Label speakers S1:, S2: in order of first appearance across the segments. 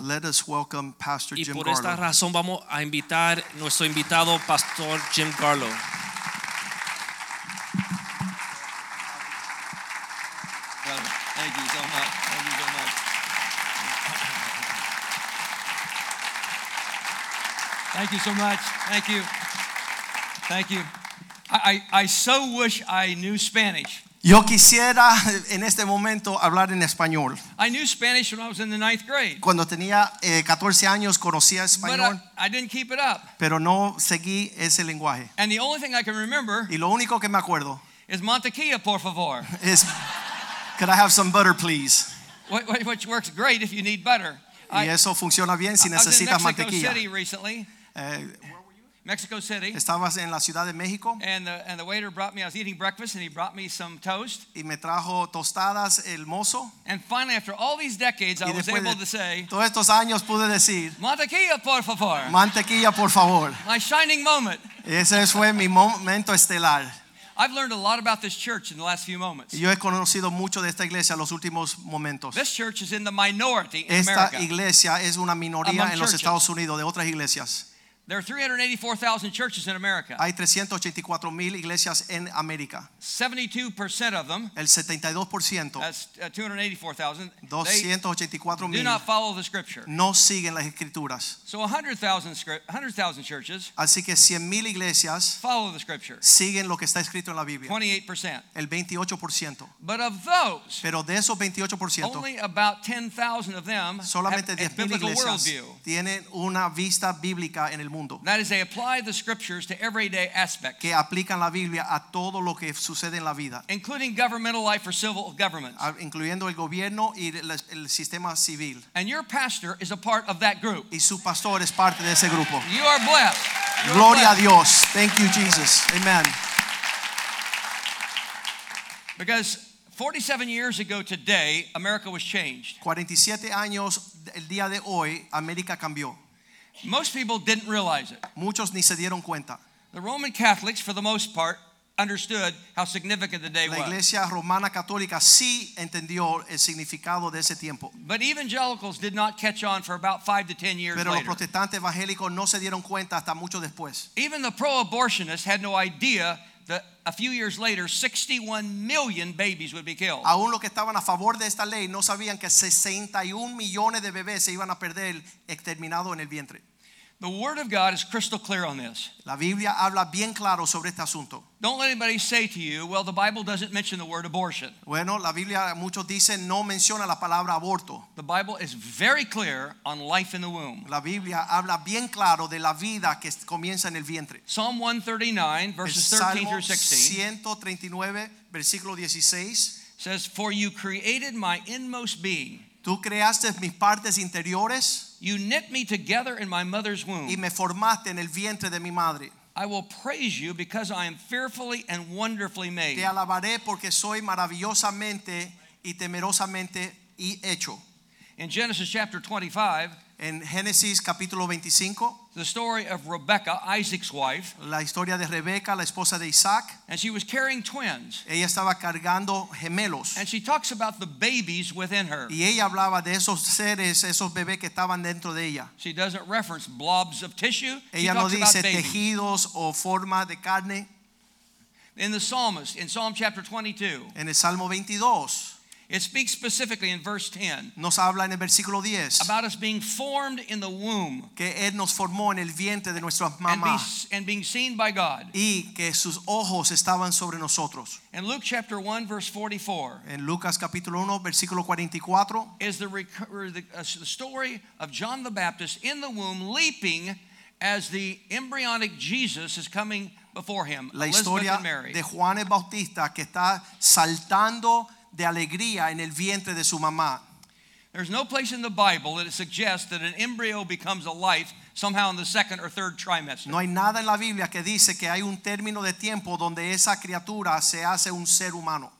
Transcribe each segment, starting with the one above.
S1: Let us welcome Pastor
S2: Y
S1: Jim
S2: por esta
S1: Garland.
S2: razón vamos a invitar nuestro invitado, Pastor Jim Garlow.
S3: Well, thank you so much. Thank you so much. Thank you so much. Thank you. Thank you. I, I, I so wish I knew Spanish.
S1: Yo quisiera en este momento hablar en español.
S3: I knew Spanish when I was in the ninth grade,
S1: Cuando tenía eh, 14 años conocía
S3: but
S1: español,
S3: I, I didn't keep it up.
S1: pero no seguí ese lenguaje.
S3: And the only thing I can remember
S1: Y lo único que me acuerdo
S3: is mantequilla, por favor,
S1: es, could I have some butter, please?
S3: wh- wh- which works great if you need butter. I,
S1: Y eso funciona bien si
S3: I was in
S1: necesitas
S3: Mexico
S1: mantequilla.
S3: City recently,
S1: Eh,
S3: Mexico City,
S1: estabas en la Ciudad de México
S3: and the, and the waiter brought me, I was eating breakfast, and he brought me some toast.
S1: y me trajo tostadas el mozo.
S3: And finally, after all these decades, I
S1: Y
S3: was
S1: después
S3: able
S1: de
S3: to say,
S1: todos estos años pude decir,
S3: Mantequilla, por favor.
S1: mantequilla por favor.
S3: My shining moment.
S1: Ese fue mi momento estelar.
S3: I've learned a lot about this church in the last few moments.
S1: Y Yo he conocido mucho de esta iglesia en los últimos momentos.
S3: This church is in the minority in
S1: Esta
S3: America.
S1: iglesia es una minoría
S3: Among
S1: en los
S3: churches.
S1: Estados Unidos de otras iglesias.
S3: There are 384,000 churches in America.
S1: Hay 384 mil iglesias en América.
S3: 72% of them,
S1: El 72%,
S3: that's uh, 284,000, they
S1: 284
S3: do
S1: mil,
S3: not follow the scripture.
S1: no siguen las escrituras.
S3: So 100,000 scrip- 100,000 churches
S1: Así que 100 mil iglesias
S3: follow the scripture.
S1: siguen lo que está escrito en la Biblia.
S3: 28%.
S1: El 28%.
S3: But of those,
S1: Pero de esos 28%,
S3: only about 10,000 of them have
S1: solamente
S3: a
S1: 10 mil
S3: biblical
S1: iglesias
S3: worldview.
S1: tienen una vista bíblica en el mundo
S3: That is, they apply the scriptures to everyday aspects,
S1: que aplican la Biblia a todo lo que sucede en la vida,
S3: including governmental life or civil governments.
S1: a- incluyendo el gobierno y el- el sistema civil.
S3: And your pastor is a part of that group.
S1: y su pastor es parte de ese grupo.
S3: You are blessed. You are
S1: Gloria a
S3: blessed.
S1: Dios. Thank you Jesus. Amen.
S3: Because 47 years ago today, America was changed.
S1: 47 años el día de hoy América cambió.
S3: Most people didn't realize it.
S1: Muchos ni se dieron cuenta.
S3: The Roman Catholics, for the most part, understood how significant the day
S1: La
S3: was.
S1: iglesia romana católica sí entendió el significado de ese tiempo,
S3: But evangelicals did not catch on for about five to 10 years
S1: pero los
S3: later.
S1: protestantes evangélicos no se dieron cuenta hasta mucho después.
S3: Even the pro abortionists had no idea that a few years later, 61 million babies would be killed.
S1: Aún los que estaban a favor de esta ley no sabían que 61 millones de bebés se iban a perder exterminados en el vientre.
S3: The Word of God is crystal clear on this.
S1: La Biblia habla bien claro sobre este asunto.
S3: Don't let anybody say to you, well, the Bible doesn't mention the word abortion.
S1: Bueno, la Biblia, muchos dicen, no menciona la palabra aborto.
S3: The Bible is very clear on life in the womb.
S1: La Biblia habla bien claro de la vida que comienza en el vientre.
S3: Psalm 139,
S1: El
S3: verses 13
S1: Salmo
S3: through 16
S1: 139, versículo 16.
S3: says, For you created my inmost being.
S1: Tú creaste mis partes interiores
S3: You knit me together in my mother's
S1: y
S3: womb.
S1: me formaste en el vientre de mi madre.
S3: I will praise you because I am fearfully and wonderfully made.
S1: Te alabaré porque soy maravillosamente y temerosamente y hecho.
S3: In Genesis chapter 25,
S1: En Génesis capítulo 25,
S3: the story of Rebekah, Isaac's wife,
S1: la historia de Rebeca, la esposa de Isaac,
S3: and she was carrying twins.
S1: ella estaba cargando gemelos.
S3: And she talks about the babies within her.
S1: Y ella hablaba de esos seres, esos bebés que estaban dentro de ella.
S3: She doesn't reference blobs of tissue. She
S1: Ella no
S3: talks about
S1: dice
S3: babies.
S1: tejidos o forma de carne.
S3: In the psalmist, in Psalm chapter 22,
S1: En el Salmo 22
S3: it speaks specifically in verse 10
S1: nos habla en el versículo 10
S3: about us being formed in the womb
S1: que Él nos formó en el vientre de nuestras
S3: and, be,
S1: mamás
S3: and being seen by God.
S1: y que sus ojos estaban sobre nosotros.
S3: And Luke chapter 1, verse 44
S1: En Lucas capítulo 1, versículo 44,
S3: is the, rec- or the, uh, the story of John the Baptist in the womb leaping as the embryonic Jesus is coming before him,
S1: la
S3: Elizabeth
S1: historia
S3: and Mary.
S1: de Juan el Bautista que está saltando de alegría en el vientre de su mamá.
S3: There's no place in the Bible that it suggests that an embryo becomes a life somehow in the second or third trimester.
S1: No hay nada en la Biblia que dice que hay un término de tiempo donde esa criatura se hace un ser humano.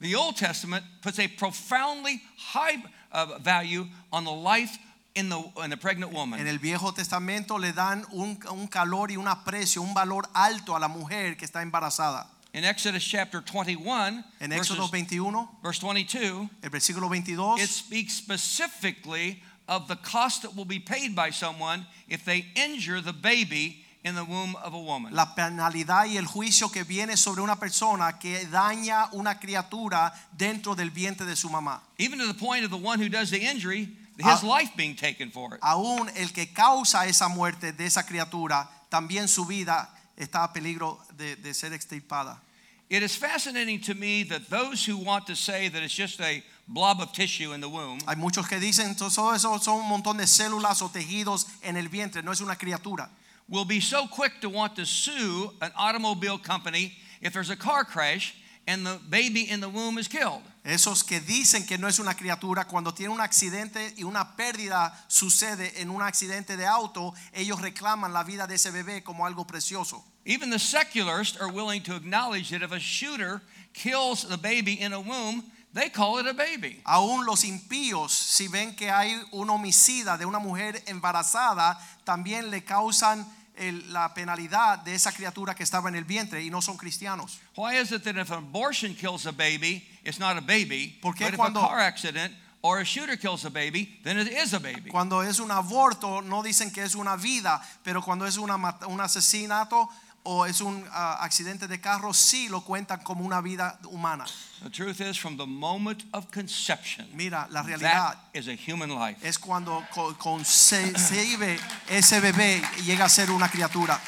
S3: The Old Testament puts a profoundly high uh, value on the life in the, in the pregnant
S1: En
S3: woman.
S1: el Viejo Testamento le dan un, un calor y un aprecio, un valor alto a la mujer que está embarazada.
S3: In Exodus chapter 21,
S1: En
S3: verses-
S1: Éxodo 21,
S3: verse 22,
S1: el versículo 22,
S3: it speaks specifically of the cost that will be paid by someone if they injure the baby in the womb of a woman.
S1: la penalidad y el juicio que viene sobre una persona que daña una criatura dentro del vientre de su mamá.
S3: Even to the point of the one who does the injury, his
S1: Ah.
S3: life being taken for it.
S1: Aún el que causa esa muerte de esa criatura, también su vida está a peligro de, de ser extirpada.
S3: It is fascinating to me that those who want to say that it's just a blob of tissue in the womb
S1: Hay muchos que dicen, "Todo eso- eso son un montón de células o tejidos en el vientre, no es una criatura.
S3: will be so quick to want to sue an automobile company if there's a car crash and the baby in the womb is killed.
S1: Esos que dicen que no es una criatura, cuando tiene un accidente y una pérdida sucede en un accidente de auto, ellos reclaman la vida de ese bebé como algo precioso.
S3: Even the secularists are willing to acknowledge that if a shooter kills the baby in a womb, they call it a baby.
S1: Aún los impíos, si ven que hay un homicida de una mujer embarazada, también le causan el- la penalidad de esa criatura que estaba en el vientre y no son cristianos.
S3: Why is it that if an abortion kills a baby, it's not a baby?
S1: ¿Por qué
S3: but if
S1: cuando-
S3: a car accident or a shooter kills a baby, then it is a baby.
S1: Cuando es un aborto, no dicen que es una vida, pero cuando es una mat- un asesinato o es un ah, accidente de carro, sí lo cuentan como una vida humana.
S3: The truth is, from the moment of conception,
S1: Mira, la realidad
S3: that is a human life.
S1: es cuando co- concebe ese bebé y llega a ser una criatura.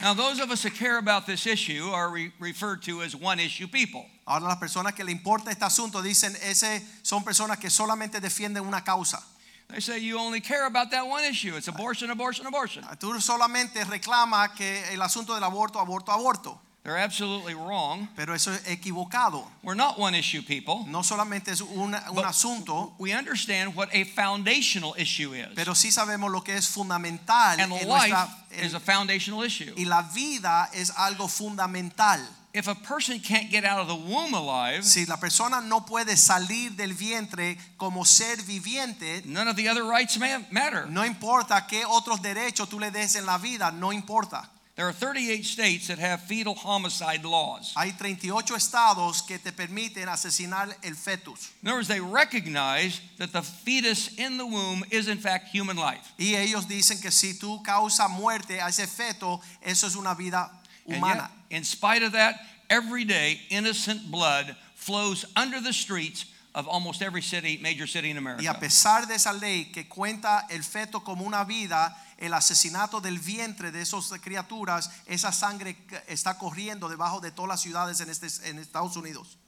S3: Now, those of us that care about this issue are re- referred to as one issue people.
S1: Ahora las personas que le importa este asunto dicen, ese son personas que solamente defienden una causa.
S3: They say you only care about that one issue it's abortion, abortion, abortion.
S1: Ah, Tú solamente reclama que el asunto del aborto, aborto, aborto.
S3: They're absolutely wrong.
S1: Pero eso es equivocado.
S3: We're not one issue people.
S1: No solamente es una- un
S3: But-
S1: asunto,
S3: We understand what a foundational issue is.
S1: pero sí sabemos lo que es fundamental
S3: And
S1: en
S3: life
S1: nuestra- en-
S3: is a foundational issue.
S1: y la vida es algo fundamental.
S3: If a person can't get out of the womb alive,
S1: Si la persona no puede salir del vientre como ser viviente,
S3: none of the other rights ma- matter.
S1: no importa qué otros derechos tú le des en la vida, no importa.
S3: There are 38 states that have fetal homicide laws.
S1: Hay 38 estados que te permiten asesinar el fetus.
S3: In other words, they recognize that the fetus in the womb is, in fact, human life.
S1: Y ellos dicen que si tú causas muerte a ese feto, eso es una vida
S3: And yet,
S1: humana.
S3: in spite of that, every day innocent blood flows under the streets of almost every city, major city in
S1: Y a
S3: America.
S1: pesar de esa ley que cuenta el feto como una vida, el asesinato del vientre de esas criaturas, esa sangre c- está corriendo debajo de todas las ciudades en, este- en Estados Unidos.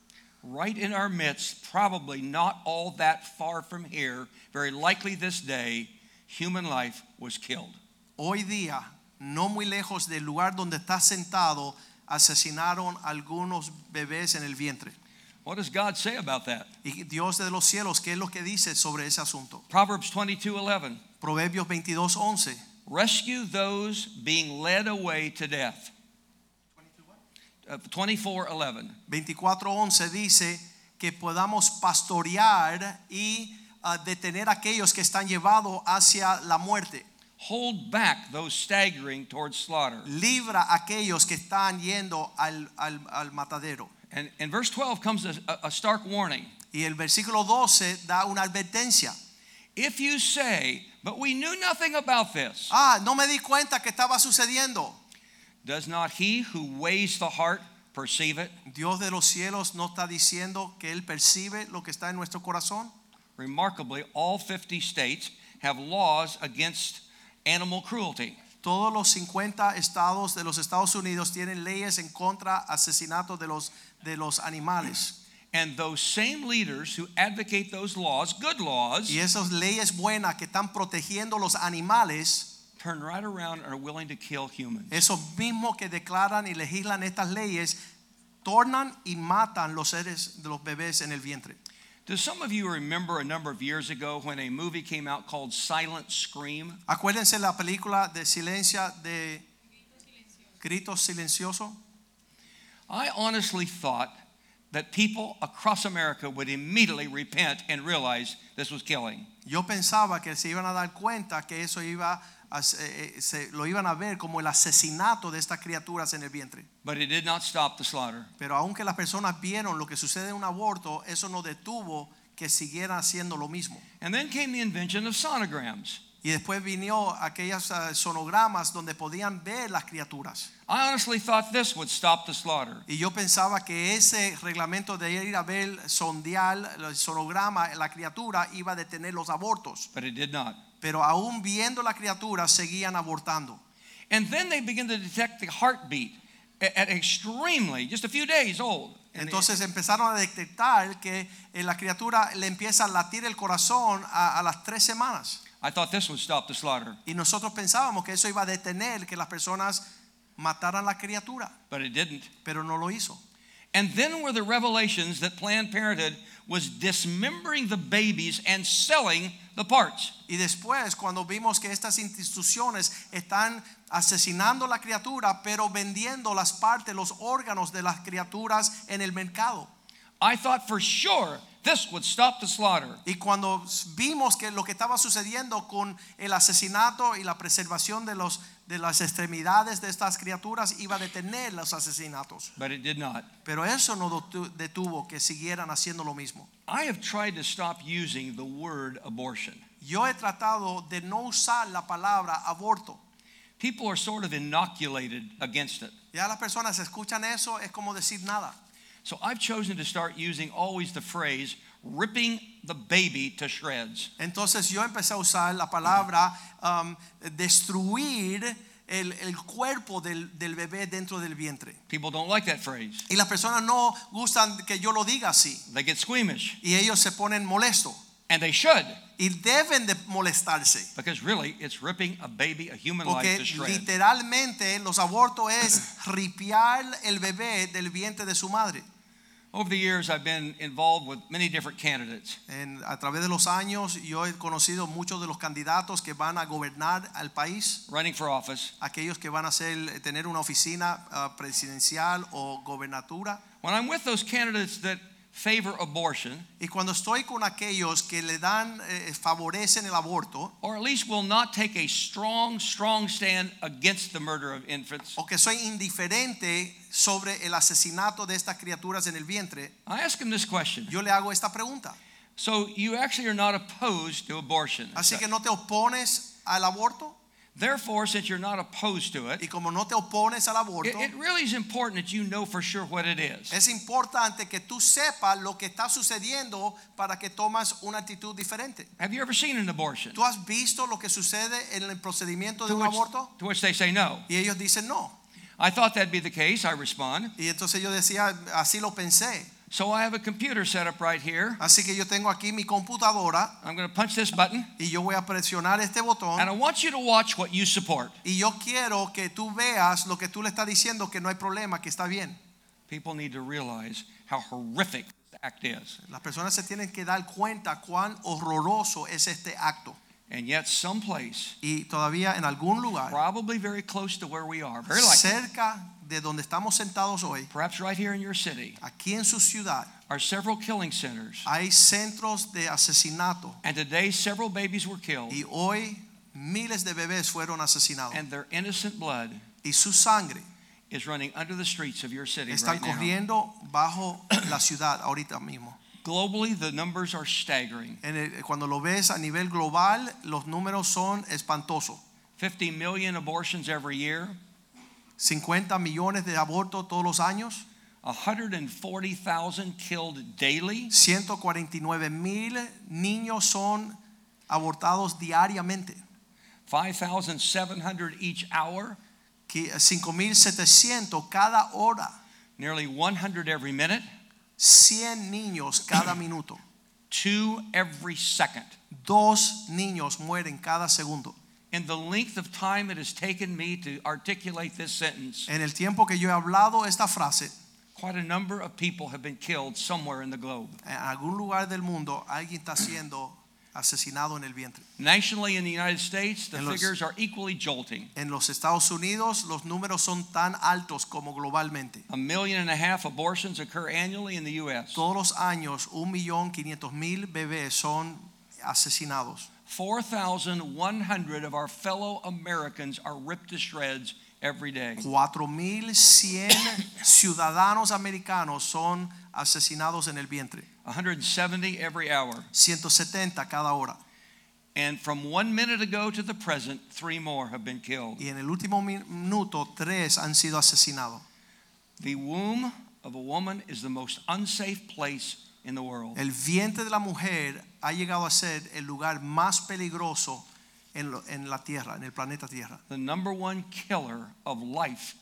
S3: Right in our midst, probably not all that far from here, very likely this day, human life was killed.
S1: Hoy día, no muy lejos del lugar donde estás sentado, asesinaron algunos bebés en el vientre.
S3: What does God say about that?
S1: Y Dios de los cielos, ¿qué es lo que dice sobre ese asunto?
S3: Proverbs 22 11.
S1: Proverbios 22, 11.
S3: Rescue those being led away to death. Uh, 24 11.
S1: 24, 11 dice que podamos pastorear y ah, detener a aquellos que están llevados hacia la muerte.
S3: Hold back those staggering towards slaughter.
S1: Libra a aquellos que están yendo al, al- al matadero.
S3: And in verse 12 comes a, a stark warning.
S1: Y el versículo 12 da una advertencia.
S3: If you say, but we knew nothing about this,
S1: Ah, no me di cuenta que estaba sucediendo.
S3: does not he who weighs the heart perceive it?
S1: Dios de los cielos no está diciendo que Él percibe lo que está en nuestro corazón.
S3: Remarkably, all 50 states have laws against animal cruelty.
S1: Todos los 50 estados de los Estados Unidos tienen leyes en contra asesinatos de los, de los animales.
S3: And those same leaders who advocate those laws, good laws,
S1: Y esas leyes buenas que están protegiendo los animales,
S3: turn right around and are willing to kill humans.
S1: esos mismos que declaran y legislan estas leyes, tornan y matan los seres de los bebés en el vientre.
S3: Do some of you remember a number of years ago when a movie came out called Silent Scream?
S1: Acuérdense la película de Silencia de Gritos Silencioso.
S3: I honestly thought that people across America would immediately repent and realize this was killing.
S1: Yo pensaba que se iban a dar cuenta que eso iba a se- eh, se- lo iban a ver como el asesinato de estas criaturas en el vientre.
S3: But it did not stop the slaughter.
S1: Pero aunque las personas vieron lo que sucede en un aborto, eso no detuvo que siguieran haciendo lo mismo.
S3: And then came the invention of sonograms.
S1: Y después vino aquellas eh, sonogramas donde podían ver las criaturas.
S3: I honestly thought this would stop the slaughter.
S1: Y yo pensaba que ese reglamento de ir a ver, sondear, el sonograma, la criatura iba a detener los abortos.
S3: But it did not.
S1: Pero aún viendo la criatura seguían abortando.
S3: And then they begin to detect the heartbeat at, at extremely, just a few days old. And
S1: Entonces empezaron a detectar que eh, la criatura le empieza a latir el corazón a, a las tres semanas.
S3: I thought this would stop the slaughter.
S1: Y nosotros pensábamos que eso iba a detener que las personas mataran la criatura,
S3: But it didn't.
S1: pero no lo hizo.
S3: And then were the revelations that Planned Parenthood was dismembering the babies and selling the parts.
S1: Y después, cuando vimos que estas instituciones están asesinando la criatura, pero vendiendo las partes, los órganos de las criaturas en el mercado.
S3: I thought for sure this would stop the slaughter.
S1: Y cuando vimos que lo que estaba sucediendo con el asesinato y la preservación de, los, de las extremidades de estas criaturas iba a detener los asesinatos.
S3: But it did not.
S1: Pero eso no dotu- detuvo que siguieran haciendo lo mismo.
S3: I have tried to stop using the word abortion.
S1: Yo he tratado de no usar la palabra aborto.
S3: People are sort of inoculated against it.
S1: Ya las personas escuchan eso, es como decir nada.
S3: So I've chosen to start using always the phrase ripping the baby to shreds.
S1: Entonces yo empecé a usar la palabra um, destruir el, el cuerpo del, del bebé dentro del vientre.
S3: People don't like that phrase.
S1: Y las personas no gustan que yo lo diga así.
S3: They get squeamish,
S1: Y ellos se ponen molesto.
S3: and they should,
S1: Y deben de molestarse.
S3: because really it's ripping a baby, a human life
S1: Porque
S3: to shreds.
S1: literalmente los abortos es ripiar el bebé del vientre de su madre.
S3: Over the years, I've been involved with many different candidates,
S1: En- a través de los años yo he conocido muchos de los candidatos que van a gobernar al país.
S3: running for office.
S1: aquellos que van a ser, eh, tener una oficina ah, presidencial o gobernatura.
S3: When I'm with those candidates that favor abortion,
S1: Y cuando estoy con aquellos que le dan, eh, favorecen el aborto,
S3: or at least will not take a strong, strong stand against the murder of infants,
S1: o que soy indiferente sobre el asesinato de estas criaturas en el vientre,
S3: I ask them this question.
S1: yo le hago esta pregunta.
S3: So you actually are not opposed to abortion.
S1: Así que no te opones al aborto,
S3: Therefore, since you're not opposed to it,
S1: y como no te opones al
S3: it,
S1: aborto,
S3: it really is important that you know for sure what it is.
S1: es importante que tú sepas lo que está sucediendo para que tomas una actitud diferente.
S3: Have you ever seen an abortion?
S1: ¿Tú has visto lo que sucede en el procedimiento de
S3: To
S1: un
S3: which,
S1: aborto?
S3: to which they say no.
S1: Y ellos dicen no.
S3: I thought that'd be the case. I respond.
S1: Y entonces yo decía, así lo pensé.
S3: So I have a computer set up right here.
S1: Así que yo tengo aquí mi computadora
S3: I'm going to punch this button,
S1: y yo voy a presionar este
S3: and I
S1: botón
S3: want you to watch what you support.
S1: y yo quiero que tú veas lo que tú le estás diciendo que no hay problema, que está bien.
S3: People need to realize how horrific this act is.
S1: Las personas se tienen que dar cuenta cuán horroroso es este acto.
S3: And yet, someplace,
S1: Y todavía en algún lugar,
S3: probably very close to where we are, very likely,
S1: cerca de donde estamos sentados hoy,
S3: perhaps right here in your city,
S1: aquí en su ciudad,
S3: are several killing centers.
S1: hay centros de asesinato
S3: And today, several babies were killed,
S1: y hoy miles de bebés fueron asesinados
S3: and their innocent blood
S1: y su sangre
S3: is running under the streets of your city
S1: están
S3: right now.
S1: corriendo bajo la ciudad ahorita mismo.
S3: Globally, the numbers are staggering.
S1: En el- cuando lo ves a nivel global, los números son espantosos.
S3: 50 million abortions every year,
S1: 50 millones de abortos todos los años,
S3: 140,000 killed daily,
S1: 149 mil niños son abortados diariamente,
S3: 5,700 each hour,
S1: que- 5.700 cada hora,
S3: nearly 100 every minute,
S1: 100 niños cada minuto,
S3: two every second.
S1: dos niños mueren cada segundo.
S3: In the length of time it has taken me to articulate this sentence,
S1: En el tiempo que yo he hablado esta frase,
S3: Quite a number of people have been killed somewhere in the globe.
S1: En algún lugar del mundo alguien está siendo asesinado en el vientre.
S3: Nationally in the United States, the
S1: En los-
S3: figures are equally jolting.
S1: En los Estados Unidos los números son tan altos como globalmente.
S3: A million and a half abortions occur annually in the U.S.
S1: Todos los años un millón quinientos mil bebés son asesinados.
S3: 4,100 of our fellow Americans are ripped to shreds every day.
S1: 4.100 ciudadanos americanos son asesinados en el vientre.
S3: 170 every hour.
S1: 170 cada hora.
S3: And from one minute ago to the present, three more have been killed.
S1: Y en el último minuto, tres han sido asesinados.
S3: The womb of a woman is the most unsafe place in the world.
S1: El vientre de la mujer ha llegado a ser el lugar más peligroso en, lo- en la Tierra, en el planeta Tierra.
S3: The number one killer of life,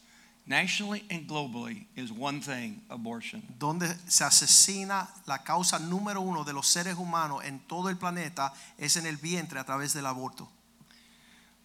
S3: nationally and globally, is one thing abortion.
S1: Donde se asesina la causa número uno de los seres humanos en todo el planeta es en el vientre a través del aborto.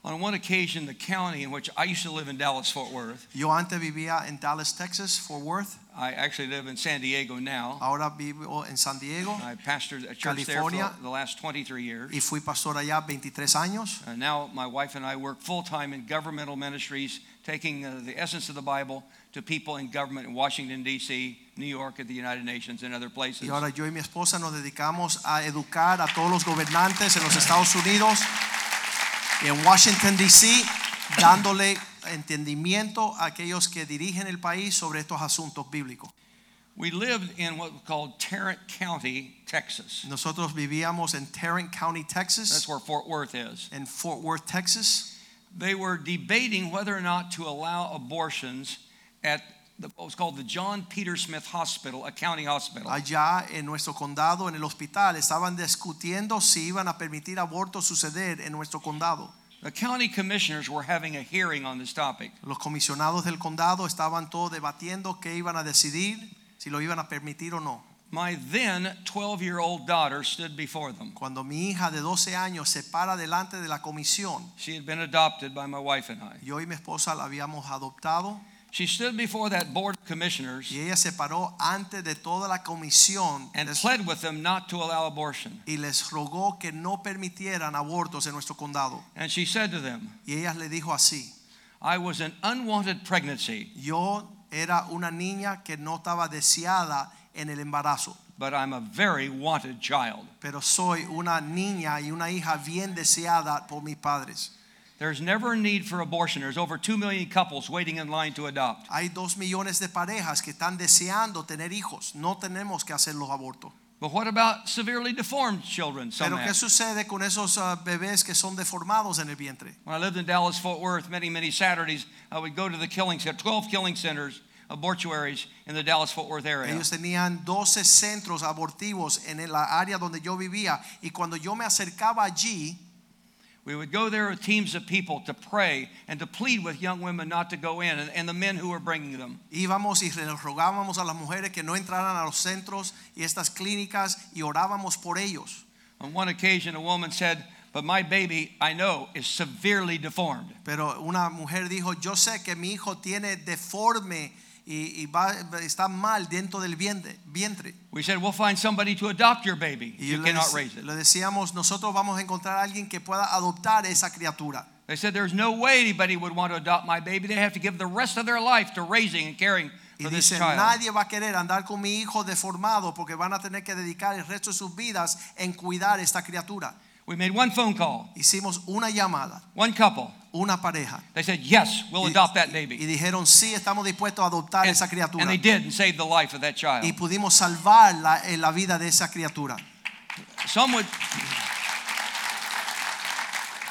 S3: On one occasion, the county in which I used to live in Dallas, Fort Worth,
S1: Yo antes vivía en Dallas, Texas, Fort Worth.
S3: I actually live in San Diego now.
S1: Ahora vivo en San Diego.
S3: I pastored a church there
S1: California.
S3: for the last 23 years.
S1: y fui pastor allá 23 años.
S3: And Uh, now my wife and I work full time in governmental ministries, taking uh, the essence of the Bible to people in government in Washington, D.C., New York, at the United Nations, and other places.
S1: Y ahora yo y mi esposa nos dedicamos a educar a todos los gobernantes en los Estados Unidos y en Washington, D.C., dándole entendimiento a aquellos que dirigen el país sobre estos asuntos bíblicos.
S3: We lived in what was called Tarrant County, Texas.
S1: Nosotros vivíamos en Tarrant County,
S3: That's
S1: Texas,
S3: where Fort Worth is.
S1: en Fort Worth, Texas.
S3: They were debating whether or not to allow abortions at the, what was called the John Peter Smith Hospital, a county hospital.
S1: Allá en nuestro condado, en el hospital, estaban discutiendo si iban a permitir abortos suceder en nuestro condado.
S3: The county commissioners were having a hearing on this topic.
S1: Los comisionados del condado estaban todos debatiendo qué iban a decidir, si lo iban a permitir o no.
S3: My then 12 year old daughter stood before them.
S1: Cuando mi hija de 12 años se para delante de la comisión,
S3: She had been adopted by my wife and I.
S1: yo y mi esposa la habíamos adoptado
S3: She stood before that board of commissioners
S1: y ella se paró antes de toda la comisión
S3: and
S1: les-
S3: pled with them not to allow abortion.
S1: y les rogó que no permitieran abortos en nuestro condado.
S3: And she said to them,
S1: Y ella le dijo así,
S3: I was an unwanted pregnancy,
S1: yo era una niña que no estaba deseada en el embarazo,
S3: but I'm a very wanted child.
S1: pero soy una niña y una hija bien deseada por mis padres.
S3: There's never a need for abortion. There's over 2 million couples waiting in line to adopt.
S1: Hay dos millones de parejas que están deseando tener hijos. No tenemos que hacer los abortos.
S3: But what about severely deformed children? Some
S1: Pero ¿qué
S3: ask.
S1: sucede con esos ah, bebés que son deformados en el vientre?
S3: When I lived in Dallas, Fort Worth, many, many Saturdays, I would go to the killing center, 12 killing centers, abortuaries in the Dallas, Fort Worth area.
S1: Ellos tenían 12 centros abortivos en la área donde yo vivía y cuando yo me acercaba allí,
S3: We would go there with teams of people to pray and to plead with young women not to go in and, and the men who were bringing them.
S1: íbamos y les rogábamos a las mujeres que no entraran a los centros y estas clínicas y orábamos por ellos.
S3: On one occasion, a woman said, But my baby, I know, is severely deformed.
S1: Pero una mujer dijo, yo sé que mi hijo tiene deforme y, y va- está mal dentro del vientre- vientre.
S3: We said, We'll find somebody to adopt your baby.
S1: Y
S3: You
S1: le,
S3: cannot
S1: dec-
S3: raise it.
S1: le decíamos, nosotros vamos a encontrar a alguien que pueda adoptar esa criatura.
S3: They said, There's no way anybody would want to adopt my baby. They have to give the rest of their life to raising and caring
S1: Y
S3: for this
S1: dice,
S3: child.
S1: nadie va a querer andar con mi hijo deformado porque van a tener que dedicar el resto de sus vidas en cuidar esta criatura.
S3: We made one phone call,
S1: Hicimos una llamada,
S3: one couple.
S1: una pareja.
S3: They said, Yes, we'll
S1: Y-
S3: adopt that
S1: Y
S3: baby.
S1: dijeron, sí, estamos dispuestos a adoptar
S3: And,
S1: esa criatura.
S3: and they did and saved the life of that
S1: Y
S3: child.
S1: pudimos salvar la, eh, la vida de esa criatura.
S3: Some would,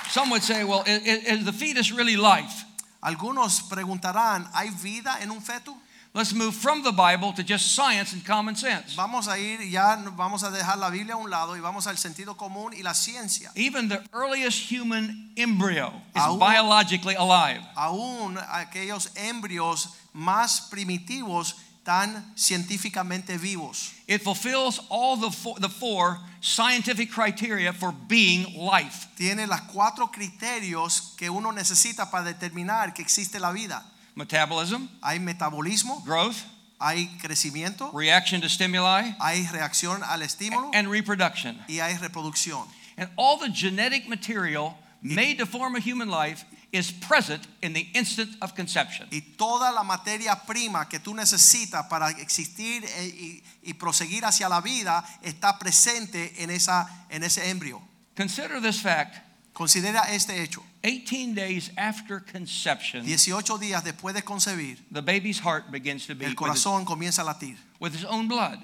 S3: some would say, well, is, is the fetus really life?
S1: Algunos preguntarán, ¿hay vida en un feto?
S3: Let's move from the Bible to just science and common sense.
S1: Vamos a ir, ya no- vamos a dejar la Biblia a un lado y vamos al sentido común y la ciencia.
S3: Even the earliest human embryo is
S1: Aún-
S3: biologically alive.
S1: aún aquellos embrios más primitivos tan científicamente vivos.
S3: It fulfills all the four, the four scientific criteria for being life.
S1: Tiene las cuatro criterios que uno necesita para determinar que existe la vida.
S3: Metabolism,
S1: Hay metabolismo,
S3: growth,
S1: hay crecimiento,
S3: reaction to stimuli,
S1: hay reacción al estímulo
S3: and reproduction.
S1: y hay reproducción.
S3: And all the genetic material made to form a human life is present in the instant of conception.
S1: Y toda la materia prima que tú necesitas para existir eh, y, y proseguir hacia la vida está presente en, esa, en ese embrión.
S3: Consider this fact
S1: Considera este hecho.
S3: 18 days after conception,
S1: 18 días después de concebir,
S3: the baby's heart begins to beat
S1: el
S3: with its-
S1: corazón comienza a latir
S3: with his own blood.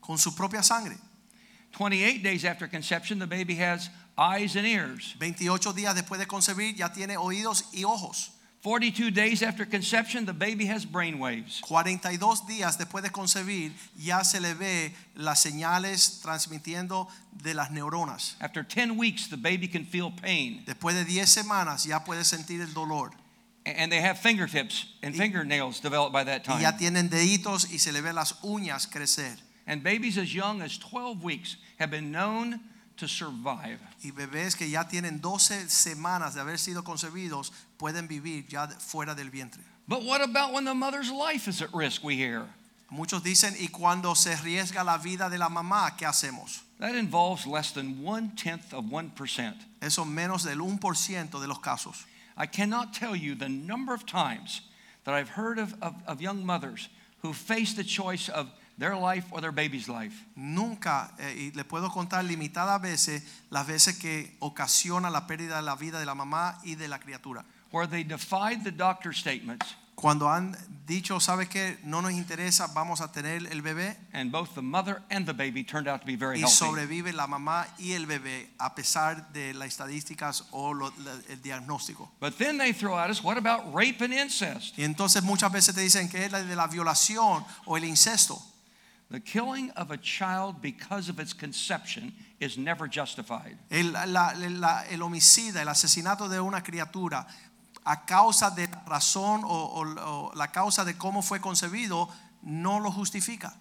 S1: con su propia sangre.
S3: 28 days after conception, the baby has eyes and ears.
S1: 28 días después de concebir ya tiene oídos y ojos.
S3: 42 days after conception, the baby has brain waves.
S1: 42 días después de concebir ya se le ve las señales transmitiendo de las neuronas.
S3: After 10 weeks, the baby can feel pain.
S1: Después de 10 semanas ya puede sentir el dolor.
S3: And they have fingertips and fingernails developed by that
S1: Y ya
S3: time.
S1: tienen deditos y se le ven las uñas crecer.
S3: And babies as young as 12 weeks have been known to survive.
S1: Y bebés que ya tienen 12 semanas de haber sido concebidos pueden vivir ya de- fuera del vientre.
S3: But what about when the mother's life is at risk, we hear?
S1: Muchos dicen, ¿y cuando se arriesga la vida de la mamá, qué hacemos?
S3: That involves less than one tenth of 1%.
S1: Eso menos del 1% de los casos.
S3: I cannot tell you the number of times that I've heard of, of, of young mothers who face the choice of their life or their baby's life.
S1: Nunca, eh, y le puedo contar limitadas veces, las veces que ocasiona la pérdida de la vida de la mamá y de la criatura.
S3: where they defied the doctor's statements,
S1: Cuando han dicho, ¿sabes qué? No nos interesa, vamos a tener el bebé.
S3: and both the mother and the baby turned out to be very
S1: Y
S3: healthy.
S1: sobrevive la mamá y el bebé a pesar de las estadísticas o lo- la- el diagnóstico.
S3: But then they throw at us, what about rape and incest?
S1: Y entonces muchas veces te dicen que es la de la violación o el incesto.
S3: The killing of a child because of its conception is never justified.
S1: El, la- la- el homicida, el asesinato de una criatura a causa de la razón o, o- o la causa de cómo fue concebido no lo justifica.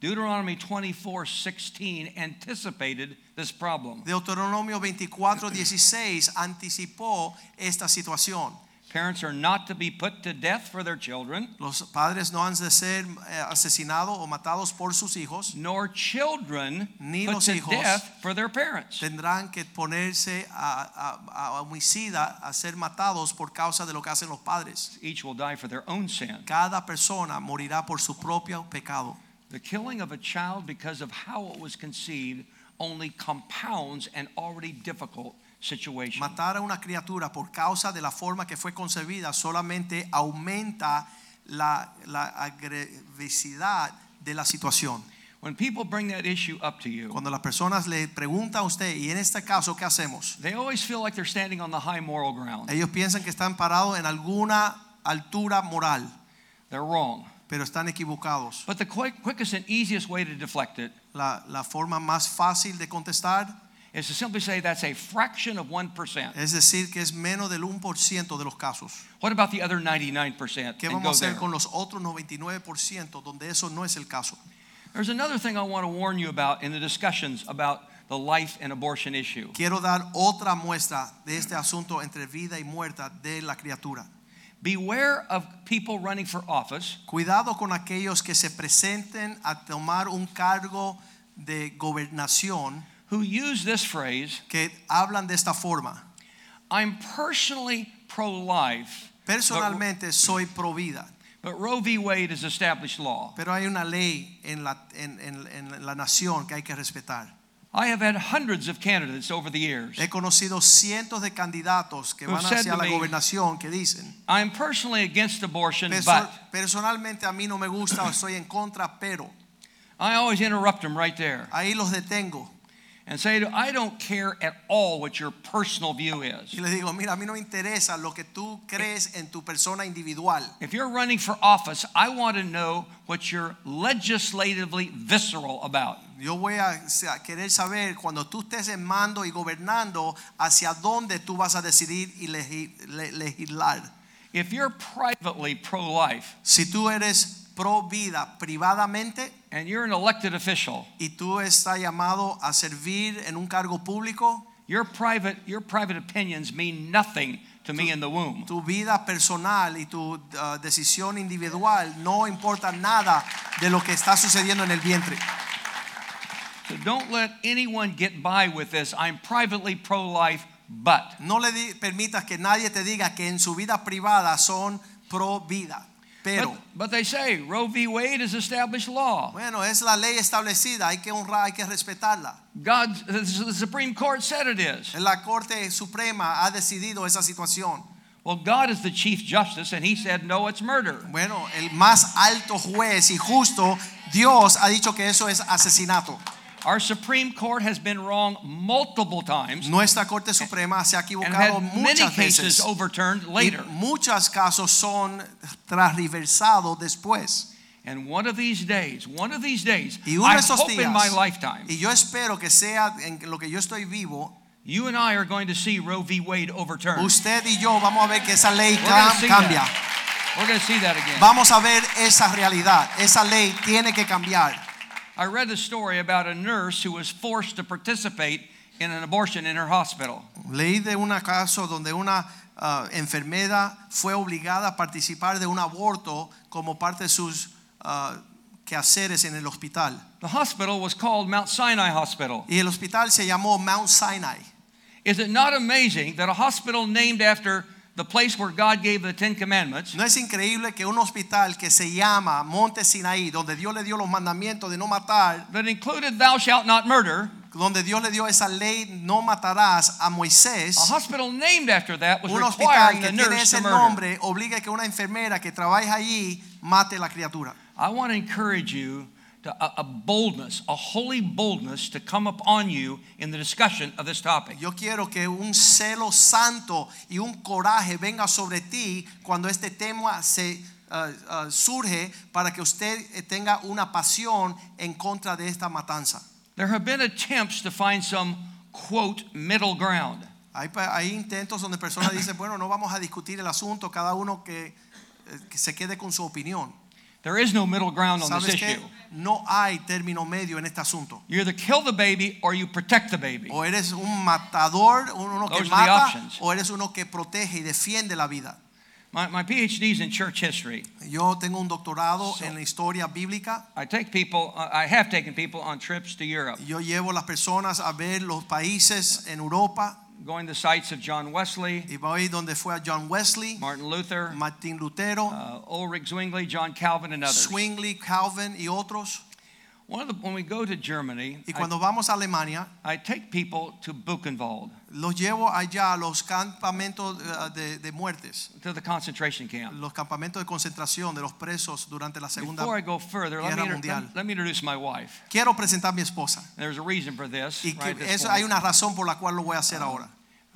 S3: Deuteronomy 24:16 anticipated this problem.
S1: Deuteronomio 24, 16 anticipó esta situación.
S3: Parents are not to be put to death for their children,
S1: Los padres no han de ser eh, asesinados o matados por sus hijos.
S3: nor children
S1: Ni
S3: put
S1: los
S3: to
S1: hijos.
S3: death for their parents.
S1: tendrán que ponerse a, a- a homicida, a ser matados por causa de lo que hacen los padres.
S3: Each will die for their own sin.
S1: Cada persona morirá por su propio pecado.
S3: The killing of a child because of how it was conceived only compounds an already difficult situation.
S1: Matar a una criatura por causa de la forma que fue concebida solamente aumenta la, la agresividad de la situación.
S3: When people bring that issue up to you,
S1: Cuando las personas le preguntan a usted, y en este caso, ¿qué hacemos?
S3: they always feel like they're standing on the high moral ground.
S1: Ellos piensan que están parados en alguna altura moral,
S3: They're wrong.
S1: pero están equivocados.
S3: But the quick, quickest and easiest way to deflect it
S1: La, la forma más fácil de contestar
S3: is to simply say that's a fraction of 1%.
S1: Es decir, que es menos del 1% de los casos.
S3: What about the other 99%?
S1: ¿Qué
S3: And go
S1: vamos a
S3: there.
S1: hacer con los otros 99% donde eso no es el caso?
S3: There's another thing I want to warn you about in the discussions about the life and abortion issue.
S1: Quiero dar otra muestra de este asunto entre vida y muerte de la criatura.
S3: Beware of people running for office
S1: Cuidado con aquellos que se presenten a tomar un cargo de gobernación
S3: who use this phrase
S1: que hablan de esta forma.
S3: I'm personally pro life,
S1: Personalmente soy pro vida,
S3: but Roe v. Wade is established law.
S1: pero hay una ley en la, en- en- en la nación que hay que respetar.
S3: I have had hundreds of candidates over the years.
S1: He conocido cientos de candidatos que
S3: Who
S1: van
S3: said
S1: hacia
S3: to
S1: la
S3: me-
S1: gobernación que dicen,
S3: I'm personally against abortion,
S1: Perso-
S3: but
S1: personalmente a mí no me gusta, o estoy en contra, pero
S3: I always interrupt them right there
S1: ahí los detengo
S3: and say, I don't care at all what your personal view
S1: y
S3: is.
S1: les digo, mira, a mí no me interesa lo que tú crees en tu persona individual.
S3: If you're running for office, I want to know what you're legislatively visceral about.
S1: Yo voy a a querer saber cuando tú estés en mando y gobernando hacia dónde tú vas a decidir y legi- le- legislar.
S3: If you're privately pro life
S1: Si tú eres pro vida privadamente
S3: and you're an elected official,
S1: y tú estás llamado a servir en un cargo público,
S3: your private, your private opinions mean nothing to me in the womb.
S1: Tu vida personal y tu uh, decisión individual no importa nada de lo que está sucediendo en el vientre.
S3: So don't let anyone get by with this. I'm privately pro life, but.
S1: No le di- permitas que nadie te diga que en su vida privada son pro vida. Pero,
S3: But, but they say Roe v. Wade is established law.
S1: bueno, es la ley establecida, hay que honrar, hay que respetarla.
S3: God, the Supreme Court said it is.
S1: La Corte Suprema ha decidido esa situación.
S3: Well, God is the Chief Justice, and He said, no, it's murder.
S1: Bueno, el más alto juez y justo, Dios ha dicho que eso es asesinato.
S3: Our Supreme Court has been wrong multiple times
S1: Nuestra Corte Suprema se ha
S3: and
S1: equivocado
S3: had many
S1: muchas
S3: cases
S1: veces.
S3: overturned
S1: Y
S3: later.
S1: muchos casos son transversados después.
S3: And one of these days, one of these days,
S1: Y uno
S3: I
S1: de esos
S3: hope in my
S1: días-
S3: lifetime,
S1: Y yo espero que sea en lo que yo estoy vivo,
S3: you and I are going to see Roe v. Wade overturned.
S1: usted y yo vamos a ver que esa ley
S3: We're gonna
S1: cam-
S3: see
S1: cambia.
S3: We're going to see that again.
S1: Vamos a ver esa realidad. Esa ley tiene que cambiar.
S3: I read a story about a nurse who was forced to participate in an abortion in her hospital.
S1: Leí de un caso donde una ah, enfermera fue obligada a participar de un aborto como parte de sus ah, quehaceres en el hospital.
S3: The hospital was called Mount Sinai Hospital.
S1: Y el hospital se llamó Mount Sinai.
S3: Is it not amazing that a hospital named after the place where God gave the Ten Commandments
S1: ¿No es increíble que un hospital que se llama Monte Sinaí, donde Dios le dio los mandamientos de no matar,
S3: that included thou shalt not murder?
S1: donde Dios le dio esa ley no matarás a Moisés,
S3: A hospital named after that was
S1: un hospital
S3: requiring
S1: que
S3: the
S1: tiene
S3: pues nurse
S1: ese
S3: to murder.
S1: nombre obliga a que una enfermera que trabaja allí mate la criatura?
S3: I want to encourage you to a, a boldness, a holy boldness to come upon you in the discussion of this topic.
S1: Yo quiero que un celo santo y un coraje venga sobre ti cuando este tema se ah, ah, surge para que usted eh, tenga una pasión en contra de esta matanza.
S3: There have been attempts to find some quote middle ground.
S1: Hay, pa- hay intentos donde personas dicen, bueno, no vamos a discutir el asunto, cada uno que, eh, que se quede con su opinión.
S3: There is no middle ground on this
S1: ¿Sabes
S3: issue.
S1: qué? No hay término medio en este asunto.
S3: You either kill the baby or you protect the baby.
S1: O eres un matador, uno que
S3: Those are the
S1: mata,
S3: options.
S1: o eres uno que protege y defiende la vida.
S3: My, my PhD's in church history.
S1: Yo tengo un doctorado
S3: So-
S1: en la historia bíblica.
S3: I take people, uh, I have taken people on trips to Europe,
S1: Yo llevo las personas a ver los países en Europa
S3: going to sites of John Wesley,
S1: y voy donde fue a John Wesley,
S3: Martin Luther,
S1: Martín Lutero,
S3: uh, Ulrich Zwingli, John Calvin, and others.
S1: Swingley, Calvin y otros.
S3: One of the, when we go to Germany,
S1: Y
S3: I,
S1: cuando vamos a Alemania,
S3: I take people to Buchenwald,
S1: los llevo allá a los campamentos eh, de, de muertes,
S3: to the concentration camp.
S1: los campamentos de concentración de los presos durante la Segunda
S3: Before I go further, let me,
S1: Guerra
S3: inter-
S1: Mundial.
S3: let, let me introduce my wife.
S1: Quiero presentar a mi esposa
S3: There's a reason for this.
S1: y que
S3: right, this Uh,
S1: eso
S3: point.
S1: hay una razón por la cual lo voy a hacer ahora.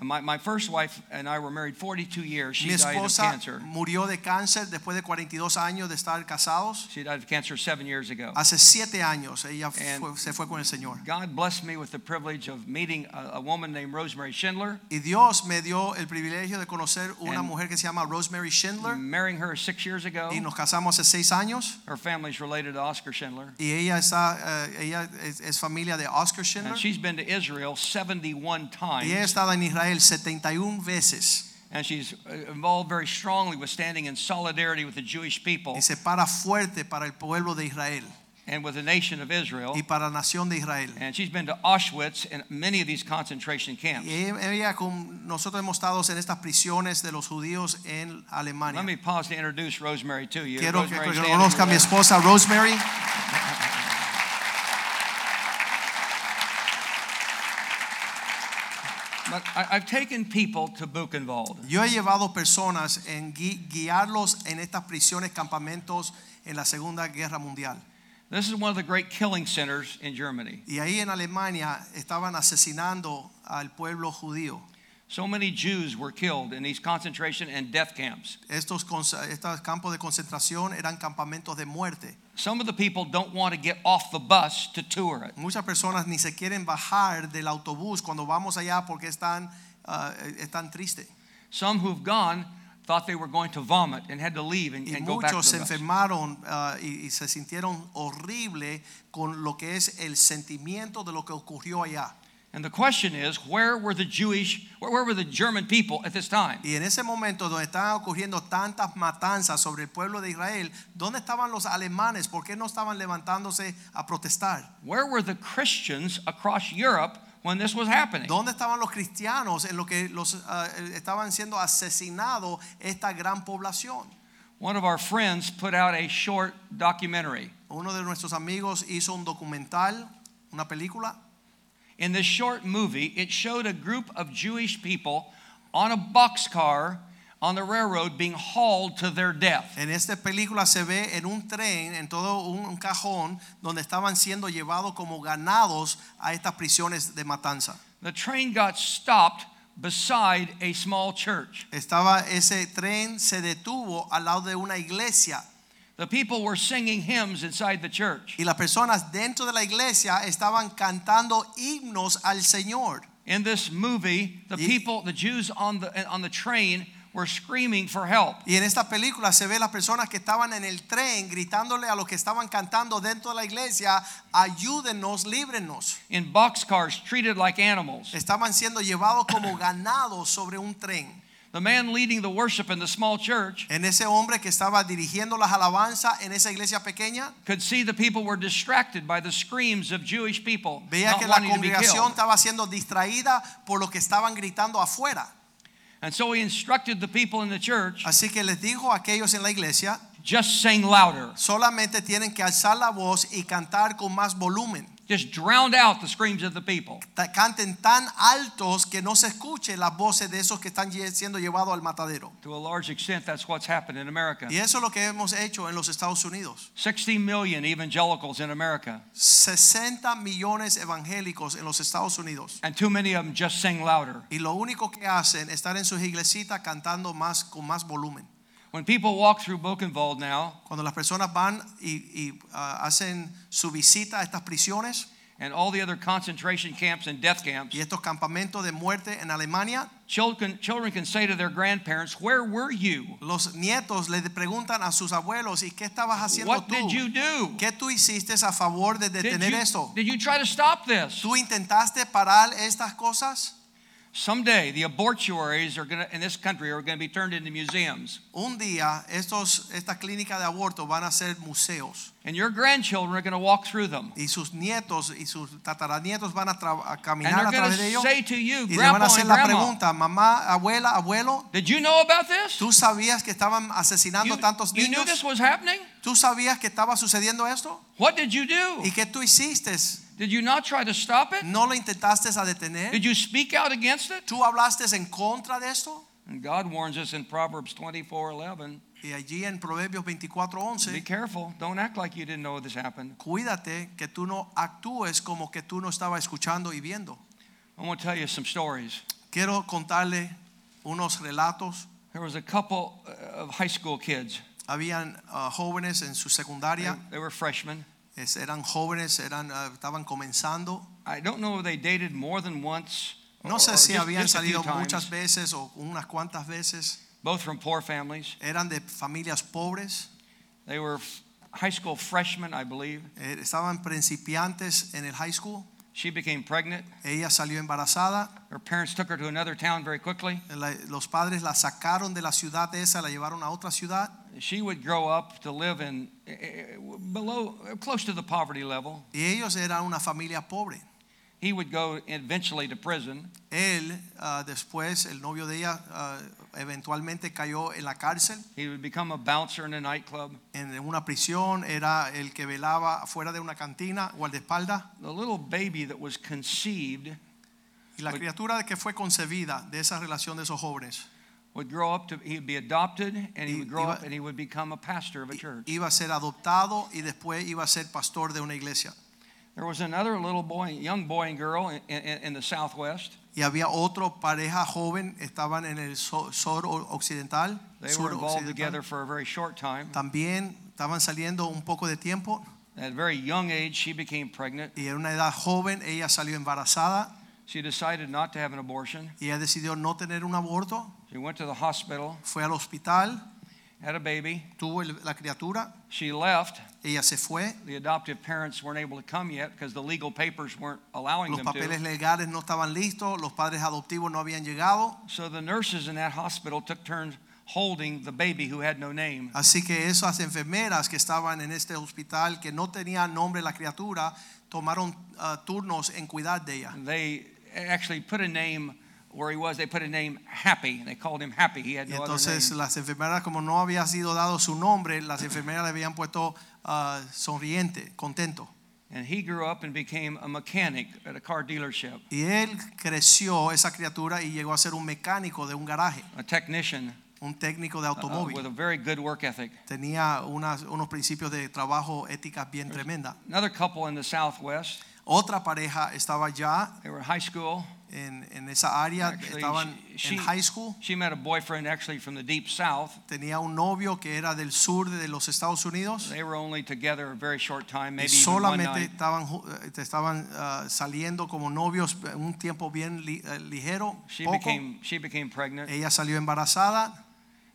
S3: My, my first wife and I were married 42 years. She
S1: Mi
S3: died of
S1: esposa
S3: cancer.
S1: murió de cáncer después de 42 años de estar casados.
S3: She died of cancer seven years ago.
S1: Hace siete años ella
S3: And-
S1: fue- se fue con el Señor.
S3: God blessed me with the privilege of meeting a, a woman named Rosemary Schindler,
S1: Y Dios me dio el privilegio de conocer una
S3: And-
S1: mujer que se llama Rosemary Schindler.
S3: marrying her six years ago.
S1: Y nos casamos hace seis años.
S3: Her family's related to Oscar Schindler.
S1: Y ella, está, eh, ella es, es familia de Oscar Schindler.
S3: And she's been to Israel
S1: Y he
S3: 71 times.
S1: estado en Israel 71 veces
S3: And she's uh, involved very strongly with standing in solidarity with the Jewish people
S1: y se para fuerte para el pueblo de Israel
S3: and with the nation of Israel.
S1: y para la nación de Israel.
S3: And she's been to Auschwitz and many of these concentration camps.
S1: Y ella, ella con nosotros hemos estado en estas prisiones de los judíos en
S3: Let me
S1: Alemania.
S3: pause to introduce Rosemary to you.
S1: Quiero que
S3: Rosemary,
S1: que
S3: stand if you
S1: conozca a mi
S3: will.
S1: esposa Rosemary.
S3: But I, I've taken people to Buchenwald.
S1: Yo he llevado personas en gui- guiarlos en estas prisiones, campamentos en la Segunda Guerra Mundial.
S3: This is one of the great killing centers in Germany.
S1: Y ahí en Alemania estaban asesinando al pueblo judío.
S3: So many Jews were killed in these concentration and death camps.
S1: Estos, cons- estos campos de concentración eran campamentos de muerte.
S3: Some of the people don't want to get off the bus to tour it.
S1: Muchas personas ni se quieren bajar del autobús cuando vamos allá porque están, ah, están tristes.
S3: Some who've gone thought they were going to vomit and had to leave and,
S1: Y
S3: and go back to
S1: muchos se
S3: the bus.
S1: enfermaron ah, y, y se sintieron horrible con lo que es el sentimiento de lo que ocurrió allá.
S3: And the question is, where were the Jewish, where, where were the German people at this time?
S1: Y en ese momento donde estaban ocurriendo tantas matanzas sobre el pueblo de Israel, ¿dónde estaban los alemanes? ¿Por qué no estaban levantándose a protestar?
S3: Where were the Christians across Europe when this was happening?
S1: ¿Dónde estaban los cristianos en lo que los ah, estaban siendo asesinados esta gran población?
S3: One of our friends put out a short documentary.
S1: Uno de nuestros amigos hizo un documental, una película,
S3: In this short movie, it showed a group of Jewish people on a boxcar on the railroad being hauled to their death.
S1: En esta película se ve en un tren, en todo un, un cajón, donde estaban siendo llevados como ganados a estas prisiones de matanza.
S3: The train got stopped beside a small church.
S1: Estaba ese tren se detuvo al lado de una iglesia
S3: The people were singing hymns inside the church.
S1: y las personas dentro de la iglesia estaban cantando himnos al Señor.
S3: In this movie, the
S1: Ye-
S3: people, the Jews on the on the train were screaming for help.
S1: Y en esta película se ve las personas que estaban en el tren gritándole a los que estaban cantando dentro de la iglesia, ayúdenos, líbrenos.
S3: In boxcars treated like animals.
S1: Estaban siendo llevados como ganados sobre un tren.
S3: The man leading the worship in the small church
S1: en ese hombre que estaba dirigiendo las alabanzas en esa iglesia pequeña,
S3: could see the people were distracted by the screams of Jewish people
S1: veía
S3: not
S1: que la
S3: wanting to be
S1: congregación
S3: killed.
S1: estaba siendo distraída por lo que estaban gritando afuera.
S3: And so he instructed the people in the church
S1: Así que les dijo a aquellos en la iglesia,
S3: just sing louder.
S1: solamente tienen que alzar la voz y cantar con más volumen.
S3: Just drowned out the screams of the people.
S1: Ta- Canten tan altos que no se escuche las voces de esos que están ye- siendo llevados al matadero.
S3: To a large extent, that's what's happened in America.
S1: Y eso es lo que hemos hecho en los Estados Unidos.
S3: 60 million evangelicals in America,
S1: 60 millones evangélicos en los Estados Unidos.
S3: and too many of them just sing louder.
S1: Y lo único que hacen es estar en sus iglesitas cantando más con más volumen.
S3: When people walk through Buchenwald now,
S1: Cuando las personas van y, y, ah, hacen su visita a estas prisiones
S3: and all the other concentration camps and death camps,
S1: y estos campamentos de muerte en Alemania,
S3: children, children can say to their grandparents, Where were you?
S1: los nietos le preguntan a sus abuelos, ¿y qué estabas haciendo
S3: What
S1: tú?
S3: did you do?
S1: ¿Qué tú hiciste a favor de
S3: Did
S1: detener
S3: you,
S1: esto?
S3: did you try to stop this?
S1: ¿Tú intentaste parar estas cosas?
S3: Someday, the abortuaries are gonna, in this country are going to be turned into museums,
S1: Un día estos, estas clínicas de aborto van a ser museos
S3: and your grandchildren are going to walk through them.
S1: y sus nietos y sus tataranietos van a, tra- a
S3: And
S1: caminar
S3: they're
S1: a
S3: going
S1: través de
S3: to
S1: ellos.
S3: say to you,
S1: Y le van a
S3: Grandpa
S1: hacer
S3: and
S1: la
S3: Grandma,
S1: pregunta, mamá, abuela, abuelo,
S3: did you know about this?
S1: ¿tú sabías que estaban asesinando
S3: You,
S1: tantos
S3: you knew
S1: niños?
S3: this was happening?
S1: ¿Tú sabías que estaba sucediendo esto?
S3: What did you do?
S1: ¿Y qué tú hiciste?
S3: Did you not try to stop it?
S1: ¿No lo intentaste a detener?
S3: Did you speak out against it?
S1: ¿Tú hablaste en contra de esto?
S3: And God warns us in Proverbs 24 11
S1: Y allí en Proverbios
S3: be
S1: 24:11,
S3: careful, don't act like you didn't know this happened.
S1: cuídate que tú no actúes como que tú no estabas escuchando y viendo.
S3: I want to tell you some stories.
S1: Quiero contarle unos relatos.
S3: There was a couple uh, of high school kids,
S1: Habían ah, jóvenes en su
S3: they,
S1: secundaria,
S3: they were freshmen.
S1: es- eran jóvenes, eran, ah, estaban comenzando.
S3: I don't know if they dated more than once. or-
S1: No
S3: or
S1: sé si
S3: just-
S1: habían
S3: just a few
S1: salido
S3: times.
S1: muchas veces o unas cuantas veces.
S3: Both from poor families.
S1: Eran de familias pobres.
S3: They were f- high school freshmen, I believe.
S1: eh, Estaban principiantes en el high school.
S3: She became pregnant.
S1: Ella salió embarazada.
S3: Her parents took her to another town very quickly.
S1: la- los padres la sacaron de la ciudad esa, la llevaron a otra ciudad.
S3: She would grow up to live in eh, eh, below, close to the poverty level.
S1: Y ellos eran una familia pobre.
S3: He would go eventually to prison.
S1: Él, ah, después, el novio de ella, ah, eventualmente cayó en la cárcel,
S3: He would become a bouncer in a nightclub.
S1: en una prisión. Era el que velaba fuera de una cantina, guardaespaldas.
S3: The little baby that was conceived
S1: Y la criatura que fue concebida de esa relación de esos jóvenes.
S3: would grow up to, he would be adopted and he
S1: Y-
S3: would grow
S1: iba-
S3: up and he would become a pastor of a church.
S1: iba a ser adoptado y después iba a ser pastor de una iglesia.
S3: There was another little boy, young boy and girl in, in, in the Southwest.
S1: Y había otro pareja joven, estaban en el so- sur o- occidental,
S3: They
S1: sur
S3: were involved
S1: occidental.
S3: together for a very short time.
S1: También estaban saliendo un poco de tiempo
S3: At a very young age, she became pregnant.
S1: y en una edad joven ella salió embarazada
S3: She decided not to have an abortion.
S1: y ella decidió no tener un aborto,
S3: She went to the hospital.
S1: fue al hospital
S3: had a baby.
S1: tuvo el- la criatura,
S3: She left.
S1: ella se fue,
S3: The adoptive parents weren't able to come yet because the legal papers weren't allowing
S1: los
S3: them
S1: papeles
S3: to.
S1: legales no estaban listos, los padres adoptivos no habían llegado,
S3: So the nurses in that hospital took turns holding the baby who had no name.
S1: así que esas enfermeras que estaban en este hospital que no tenían nombre la criatura, tomaron ah, turnos en cuidar de ella.
S3: They actually put a name where he was. They put a name Happy. They called him Happy. He had
S1: Y
S3: no other name.
S1: entonces las enfermeras, como no había sido dado su nombre, las enfermeras le habían puesto ah, sonriente, contento.
S3: And he grew up and became a mechanic at a car dealership,
S1: Y él creció, esa criatura, y llegó a ser un mecánico de un garaje,
S3: a technician
S1: un técnico de
S3: uh, with
S1: automóvil.
S3: a very good work ethic.
S1: Tenía unas- unos principios de trabajo éticas bien tremendas.
S3: Another couple in the Southwest.
S1: Otra pareja estaba ya
S3: They were in high school.
S1: en, en esa área,
S3: Actually,
S1: estaban
S3: she-
S1: en high school.
S3: She met a boyfriend actually from the deep South.
S1: Tenía un novio que era del sur de los Estados Unidos.
S3: They were only together a very short time,
S1: Y
S3: maybe even one
S1: solamente
S3: night.
S1: estaban, ju- estaban ah, saliendo como novios eh, un tiempo bien li- eh, ligero.
S3: She
S1: poco.
S3: became she became pregnant.
S1: Ella salió embarazada.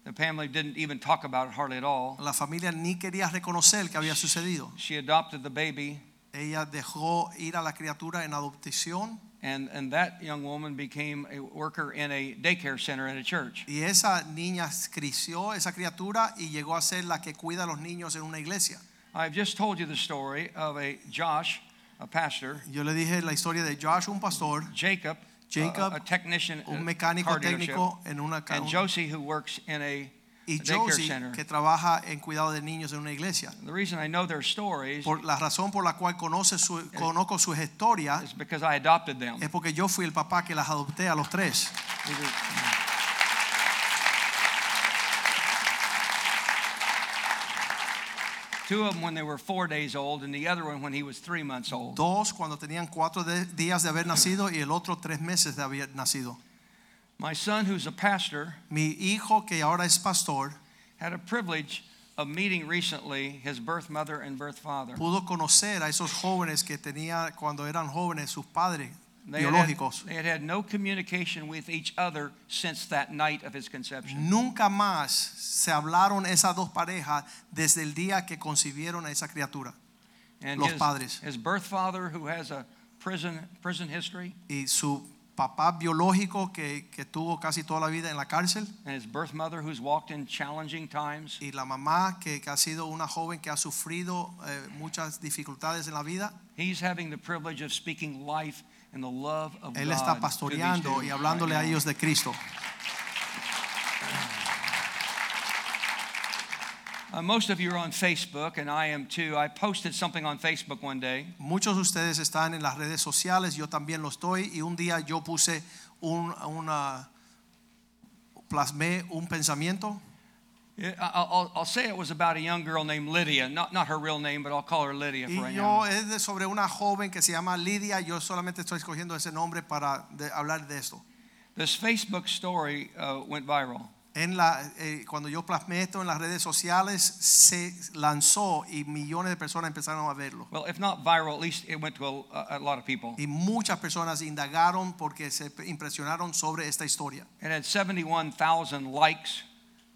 S3: The family didn't even talk about it hardly at all.
S1: La familia ni quería reconocer que había sucedido.
S3: She adopted the baby,
S1: Ella dejó ir a la criatura en adopción
S3: and and that young woman became a worker in a daycare center in a church.
S1: y esa niña creció, esa criatura, y llegó a ser la que cuida a los niños en una iglesia.
S3: I've just told you the story of a Josh, a pastor,
S1: Yo le dije la historia de Josh, un pastor,
S3: Jacob, a-
S1: Jacob,
S3: Uh, a, technician, at a
S1: un mecánico
S3: car dealership,
S1: técnico en una ca-
S3: and Josie who works in a
S1: y
S3: daycare
S1: Josie,
S3: center.
S1: que trabaja en cuidado de niños en una iglesia.
S3: The reason I know their stories
S1: Por la razón por la cual conoce su, conozco sus historias
S3: is because I adopted them.
S1: es porque yo fui el papá que las adopté a los tres.
S3: These are- Two of them when they were four days old, and the other one when he was three months old.
S1: Dos cuando tenían cuatro de- días de haber nacido y el otro tres meses de haber nacido.
S3: My son, who's a pastor,
S1: Mi hijo, que ahora es pastor,
S3: had a privilege of meeting recently his birth mother and birth father.
S1: pudo conocer a esos jóvenes que tenía cuando eran jóvenes sus padres
S3: They had, had-
S1: biológicos.
S3: they had had no communication with each other since that night of his conception.
S1: Nunca más se hablaron esas dos parejas desde el día que concibieron a esa criatura.
S3: And
S1: Los
S3: his,
S1: padres.
S3: his birth father, who has a prison prison history,
S1: Y su papá biológico, que, que tuvo casi toda la vida en la cárcel,
S3: and his birth mother, who's walked in challenging times.
S1: y la mamá, que, que ha sido una joven que ha sufrido eh, muchas dificultades en la vida,
S3: He's having the privilege of speaking life and the love of
S1: él
S3: God.
S1: está
S3: to these
S1: pastoreando
S3: two
S1: y hablándole
S3: right
S1: a
S3: now.
S1: ellos de Cristo.
S3: Uh, most of you are on Facebook, and I am too. I posted something on Facebook one day.
S1: Muchos de ustedes están en las redes sociales, yo también lo estoy, y un día yo puse un, una, plasmé un pensamiento.
S3: It- I- I'll, I'll- I'll say it was about a young girl named Lydia, not, not her real name, but I'll call her Lydia
S1: Y
S3: for right
S1: yo
S3: now.
S1: es de- sobre una joven que se llama Lidia, yo solamente estoy escogiendo ese nombre para de- hablar de esto.
S3: This Facebook story uh, went viral.
S1: En la, eh, cuando yo plasmé esto en las redes sociales, se lanzó y millones de personas empezaron a verlo.
S3: Well, if not viral, at least it went to a, a lot of people.
S1: Y muchas personas indagaron porque se impresionaron sobre esta historia.
S3: It had 71,000 likes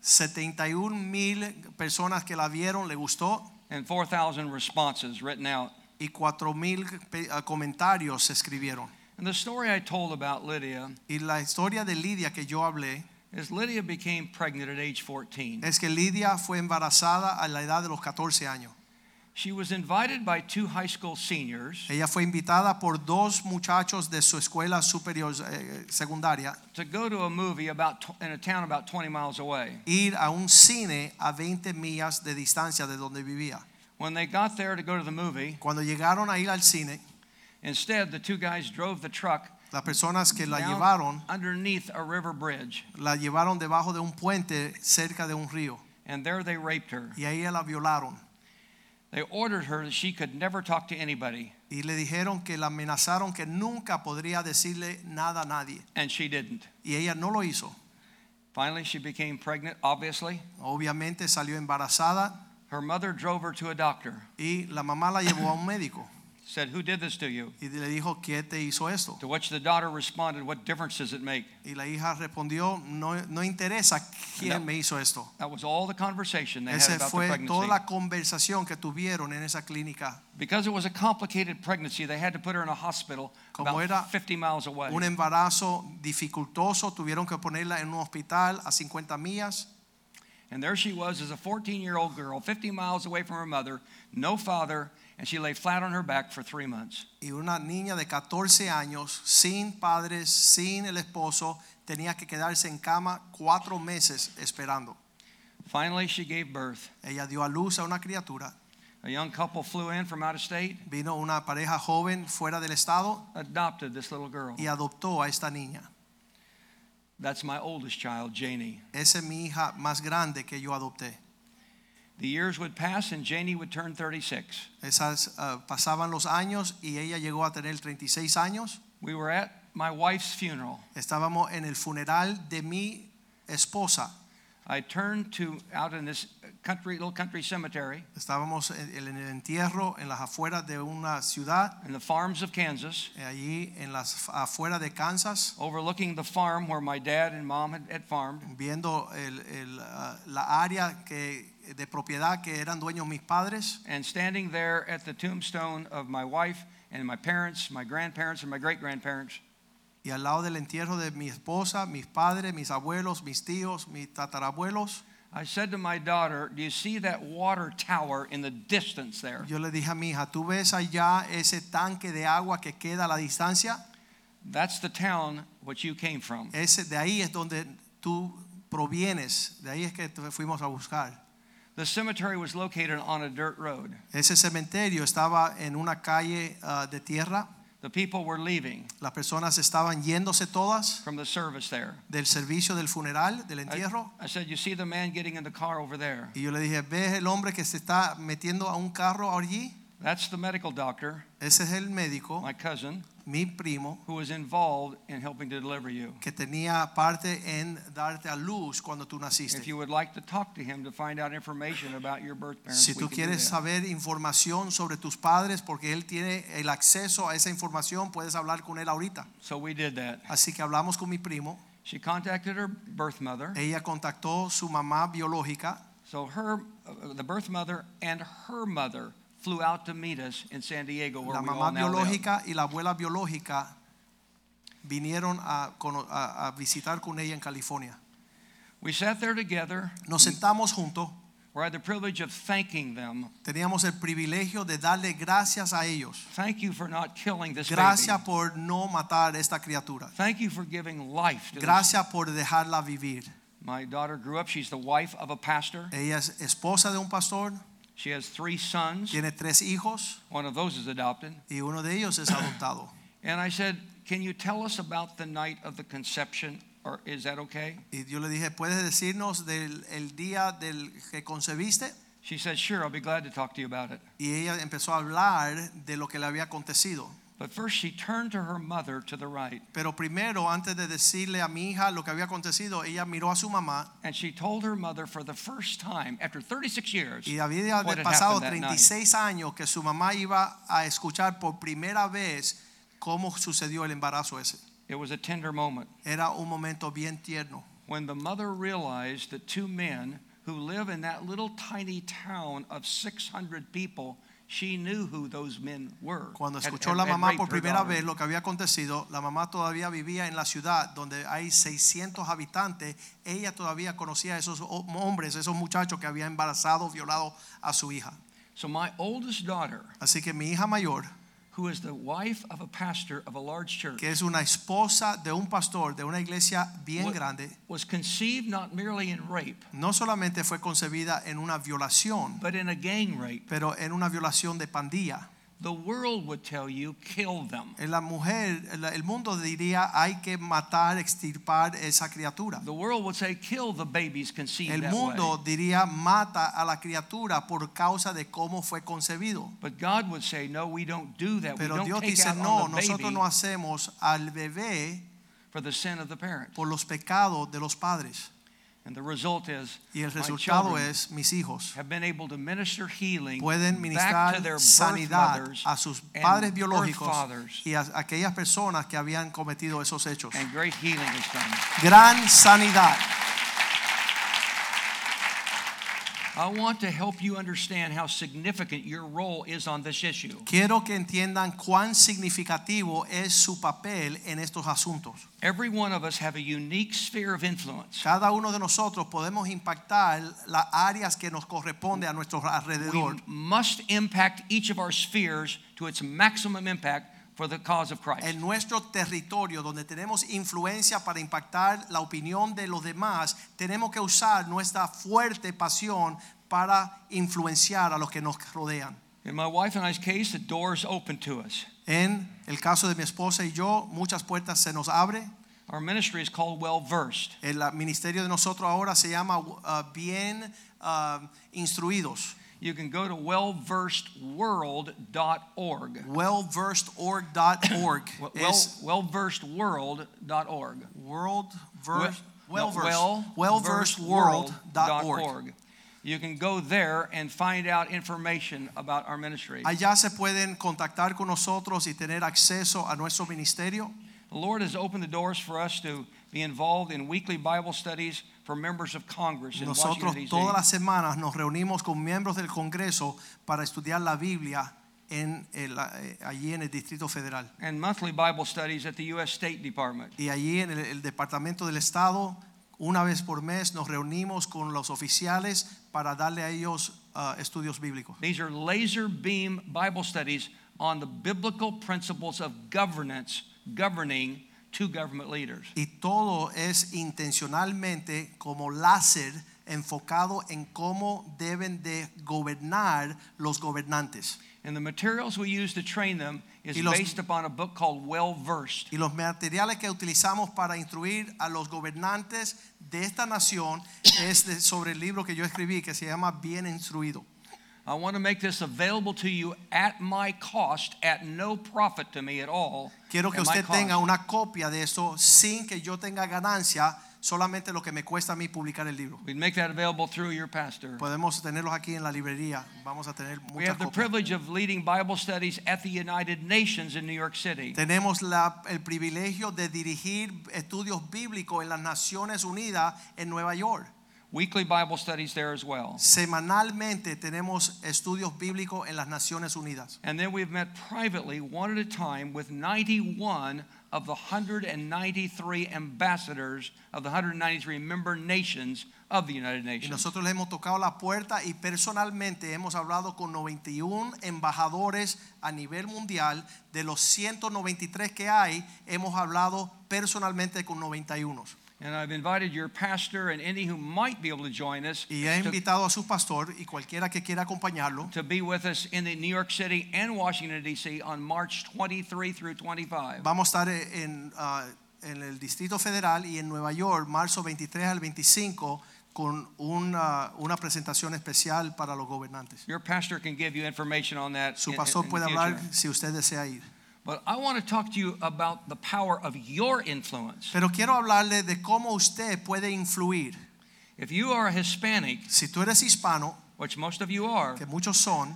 S1: 71 mil personas que la vieron, le gustó.
S3: and 4,000 responses written out.
S1: y cuatro mil pe- ah, comentarios se escribieron.
S3: And the story I told about Lydia
S1: Y la historia de Lidia que yo hablé
S3: is Lydia became pregnant at age 14.
S1: es que Lidia fue embarazada a la edad de los 14 años.
S3: She was invited by two high school seniors
S1: Ella fue invitada por dos muchachos de su escuela superior eh, secundaria
S3: to go to a movie about tw- in a town about 20 miles away.
S1: ir a un cine a 20 millas de distancia de donde vivía.
S3: When they got there to go to the movie,
S1: Cuando llegaron a ir al cine,
S3: instead the two guys drove the truck
S1: las personas que la
S3: down
S1: llevaron
S3: underneath a river bridge,
S1: la llevaron debajo de un puente cerca de un río
S3: and there they raped her.
S1: y a ella la violaron
S3: They ordered her that she could never talk to anybody,
S1: y le dijeron que la amenazaron que nunca podría decirle nada a nadie.
S3: and she didn't.
S1: y ella no lo hizo.
S3: Finally, she became pregnant, obviously.
S1: Obviamente salió embarazada
S3: Her mother drove her to a doctor.
S1: y la mamá la llevó a un médico.
S3: said, Who did this to you?
S1: y le dijo, ¿qué te hizo esto?
S3: To which the daughter responded, What difference does it make?
S1: Y la hija respondió, no, no interesa quién
S3: No.
S1: me hizo esto.
S3: That was all the conversation they had
S1: Esa
S3: about the
S1: fue toda
S3: pregnancy.
S1: la conversación que tuvieron en esa clínica.
S3: Because it was a complicated pregnancy, they had to put her in a hospital
S1: Como
S3: about
S1: era
S3: 50 miles away.
S1: Un embarazo dificultoso, tuvieron que ponerla en un hospital a 50 millas.
S3: And there she was as a 14 year old girl, 50 miles away from her mother, no father, and she lay flat on her back for three months.
S1: Y una niña de 14 años, sin padres, sin el esposo, tenía que quedarse en cama cuatro meses esperando.
S3: Finally, she gave birth.
S1: Ella dio a luz a una criatura.
S3: A young couple flew in from out of state,
S1: Vino una pareja joven fuera del estado
S3: adopted this little girl.
S1: y adoptó a esta niña.
S3: That's my oldest child, Janie.
S1: Esa es mi hija más grande que yo adopté.
S3: The years would pass, and Janie would turn 36.
S1: Esas ah, pasaban los años y ella llegó a tener 36 años.
S3: We were at my wife's funeral.
S1: Estábamos en el funeral de mi esposa.
S3: I turned to out in this country, little country cemetery
S1: Estábamos en, en el entierro en las afueras de una ciudad,
S3: in the farms of Kansas,
S1: eh, allí en las afueras de Kansas,
S3: overlooking the farm where my dad and mom had, had farmed.
S1: viendo el- el, ah, la área que, de propiedad que eran dueños mis padres.
S3: and standing there at the tombstone of my wife and my parents, my grandparents, and my great grandparents,
S1: Y al lado del entierro de mi esposa, mis padres, mis abuelos, mis tíos, mis tatarabuelos,
S3: I said to my daughter, Do you see that water tower in the distance there?
S1: yo le dije a mi hija, ¿tú ves allá ese tanque de agua que queda a la distancia?
S3: That's the town which you came from.
S1: Ese, de ahí es donde tú provienes, de ahí es que te fuimos a buscar.
S3: The cemetery was located on a dirt road.
S1: Ese cementerio estaba en una calle ah, de tierra,
S3: The people were leaving
S1: las personas estaban yéndose todas
S3: from the service there.
S1: del servicio del funeral, del
S3: I,
S1: entierro.
S3: I said, You see the man getting in the car over there?
S1: Y yo le dije, ¿ves el hombre que se está metiendo a un carro allí?
S3: That's the medical doctor,
S1: Ese es el médico,
S3: my cousin,
S1: mi primo,
S3: who was involved in helping to deliver you.
S1: que tenía parte en darte a luz cuando tú
S3: If
S1: naciste.
S3: you would like to talk to him to find out information about your birth parents,
S1: Si
S3: we
S1: tú
S3: can do
S1: quieres
S3: that.
S1: saber información sobre tus padres, porque él tiene el acceso a esa información, puedes hablar con él ahorita.
S3: So we did that.
S1: Así que hablamos con mi primo.
S3: She contacted her birth mother.
S1: Ella contactó su mamá biológica.
S3: So her, uh, the birth mother and her mother flew out to meet us in San Diego, where
S1: La
S3: we all
S1: mamá
S3: now live.
S1: biológica y la abuela biológica vinieron a, cono- a- a visitar con ella en California.
S3: We sat there together,
S1: Nos sentamos juntos.
S3: where I had the privilege of thanking them.
S1: Teníamos el privilegio de darle gracias a ellos.
S3: Thank you for not killing this
S1: Gracias
S3: baby.
S1: por no matar esta criatura.
S3: Thank you for giving life to this.
S1: Gracias por dejarla vivir.
S3: My daughter grew up. She's the wife of a pastor.
S1: Ella es esposa de un pastor,
S3: She has three sons.
S1: tiene tres hijos
S3: One of those is adopted.
S1: y uno de ellos es adoptado.
S3: And I said, Can you tell us about the night of the conception? Or is that okay?
S1: Y yo le dije, ¿puedes decirnos del el día del que concebiste?
S3: She said, Sure, I'll be glad to talk to you about it.
S1: Y ella empezó a hablar de lo que le había acontecido.
S3: But first, she turned to her mother to the right,
S1: Pero primero, antes de decirle a mi hija lo que había acontecido, ella miró a su mamá
S3: and she told her mother for the first time after 36 years.
S1: y había
S3: What had
S1: pasado
S3: happened that night.
S1: 36 años que su mamá iba a escuchar por primera vez cómo sucedió el embarazo ese.
S3: It was a tender moment
S1: Era un momento bien tierno.
S3: when the mother realized that two men who live in that little tiny town of 600 people, she knew who those men were.
S1: Cuando
S3: had-
S1: escuchó
S3: had-
S1: la
S3: had
S1: mamá
S3: raped
S1: por
S3: her
S1: primera
S3: daughter.
S1: vez lo que había acontecido, la mamá todavía vivía en la ciudad donde hay 600 habitantes. Ella todavía conocía a esos ho- hombres, esos muchachos que habían embarazado, violado a su hija.
S3: So, my oldest daughter,
S1: Así que mi hija mayor,
S3: who is the wife of a pastor of a large church,
S1: que es una esposa de un pastor de una iglesia bien
S3: What-
S1: grande,
S3: was conceived not merely in rape,
S1: no solamente fue concebida en una violación,
S3: but in a gang rape.
S1: pero en una violación de pandilla.
S3: The world would tell you, kill them.
S1: En La mujer, la- el mundo diría hay que matar, extirpar esa criatura.
S3: The world would say, kill the babies conceived
S1: El
S3: that
S1: mundo
S3: way.
S1: diría mata a la criatura por causa de cómo fue concebido.
S3: But God would say, no, we don't do that. we
S1: Pero
S3: don't
S1: Dios
S3: take
S1: dice,
S3: out
S1: no,
S3: on the baby
S1: nosotros no hacemos al bebé
S3: for the sin of the parent.
S1: por los pecados de los padres.
S3: And the result is
S1: Y el
S3: my
S1: resultado
S3: children
S1: es, mis hijos
S3: have been able to minister healing
S1: pueden
S3: back
S1: ministrar
S3: to their birth
S1: sanidad
S3: mothers
S1: a sus
S3: and
S1: padres
S3: birth
S1: biológicos
S3: fathers.
S1: y a aquellas personas que habían cometido esos hechos.
S3: And great healing is coming.
S1: Gran sanidad.
S3: I want to help you understand how significant your role is on this issue.
S1: Quiero que entiendan cuán significativo es su papel en estos asuntos.
S3: Every one of us have a unique sphere of influence.
S1: Cada uno de nosotros podemos impactar las áreas que nos corresponde a nuestro
S3: We
S1: alrededor.
S3: must impact each of our spheres to its maximum impact for the cause of Christ.
S1: En nuestro territorio donde tenemos influencia para impactar la opinión de los demás, tenemos que usar nuestra fuerte pasión para influenciar a los que nos rodean.
S3: In my wife and I's case, the doors open to us.
S1: En el caso de mi esposa y yo, muchas puertas se nos abren.
S3: Our ministry is called Well Versed.
S1: El ah, ministerio de nosotros ahora se llama ah, Bien ah, Instruidos,
S3: You can go to wellversedworld.org.
S1: wellversedorg.org.
S3: Well,
S1: Es-
S3: wellversedworld.org.
S1: World verse, well, versed,
S3: well,
S1: well versed world dot org.
S3: wellversedworld.org. You can go there and find out information about our ministry.
S1: Allá se pueden contactar con nosotros y tener acceso a nuestro ministerio.
S3: The Lord has opened the doors for us to be involved in weekly Bible studies for members of Congress in
S1: Nosotros
S3: Washington, D.C.
S1: todas las semanas nos reunimos con miembros del Congreso para estudiar la Biblia en el, eh, allí en el Distrito Federal
S3: and monthly Bible studies at the U.S. State Department.
S1: y allí en el, el Departamento del Estado una vez por mes nos reunimos con los oficiales para darle a ellos ah, estudios bíblicos.
S3: These are laser beam Bible studies on the biblical principles of governance, governing to government leaders.
S1: Y todo es intencionalmente como láser enfocado en cómo deben de gobernar los gobernantes.
S3: And the materials we use to train them is
S1: Y los-
S3: based upon a book called Well Versed.
S1: Y los materiales que utilizamos para instruir a los gobernantes de esta nación es de- sobre el libro que yo escribí que se llama Bien Instruido.
S3: I want to make this available to you at my cost, at no profit to me at all.
S1: Quiero que
S3: at my
S1: usted
S3: cost.
S1: tenga una copia de eso sin que yo tenga ganancia, solamente lo que me cuesta a mí publicar el libro.
S3: We'd make that available through your pastor.
S1: Podemos tenerlos aquí en la librería. Vamos a tener
S3: We
S1: muchas
S3: have the
S1: copias.
S3: privilege of leading Bible studies at the United Nations in New York City.
S1: Tenemos la- el privilegio de dirigir estudios bíblicos en las Naciones Unidas en Nueva York.
S3: Weekly Bible studies there as well.
S1: Semanalmente tenemos estudios bíblicos en las Naciones Unidas.
S3: And then we've met privately, one at a time, with 91 of the 193 ambassadors of the 193 member nations of the United
S1: Y
S3: Nations.
S1: nosotros le hemos tocado la puerta y personalmente hemos hablado con 91 embajadores a nivel mundial. De los 193 que hay, hemos hablado personalmente con 91.
S3: And I've invited your pastor and any who might be able to join us
S1: Y he
S3: to,
S1: invitado a su pastor y cualquiera que quiera acompañarlo
S3: to be with us in the New York City and Washington, D.C. on March 23 through 25.
S1: Vamos a estar en, ah, en el Distrito Federal y en Nueva York, marzo 23 al 25, con una, una presentación especial para los gobernantes.
S3: Your pastor can give you information on that.
S1: Su
S3: in-
S1: pastor
S3: in the
S1: puede
S3: future.
S1: hablar si usted desea ir.
S3: But I want to talk to you about the power of your influence.
S1: Pero quiero hablarle de cómo usted puede influir.
S3: If you are a Hispanic,
S1: Si tú eres hispano,
S3: which most of you are,
S1: que muchos son,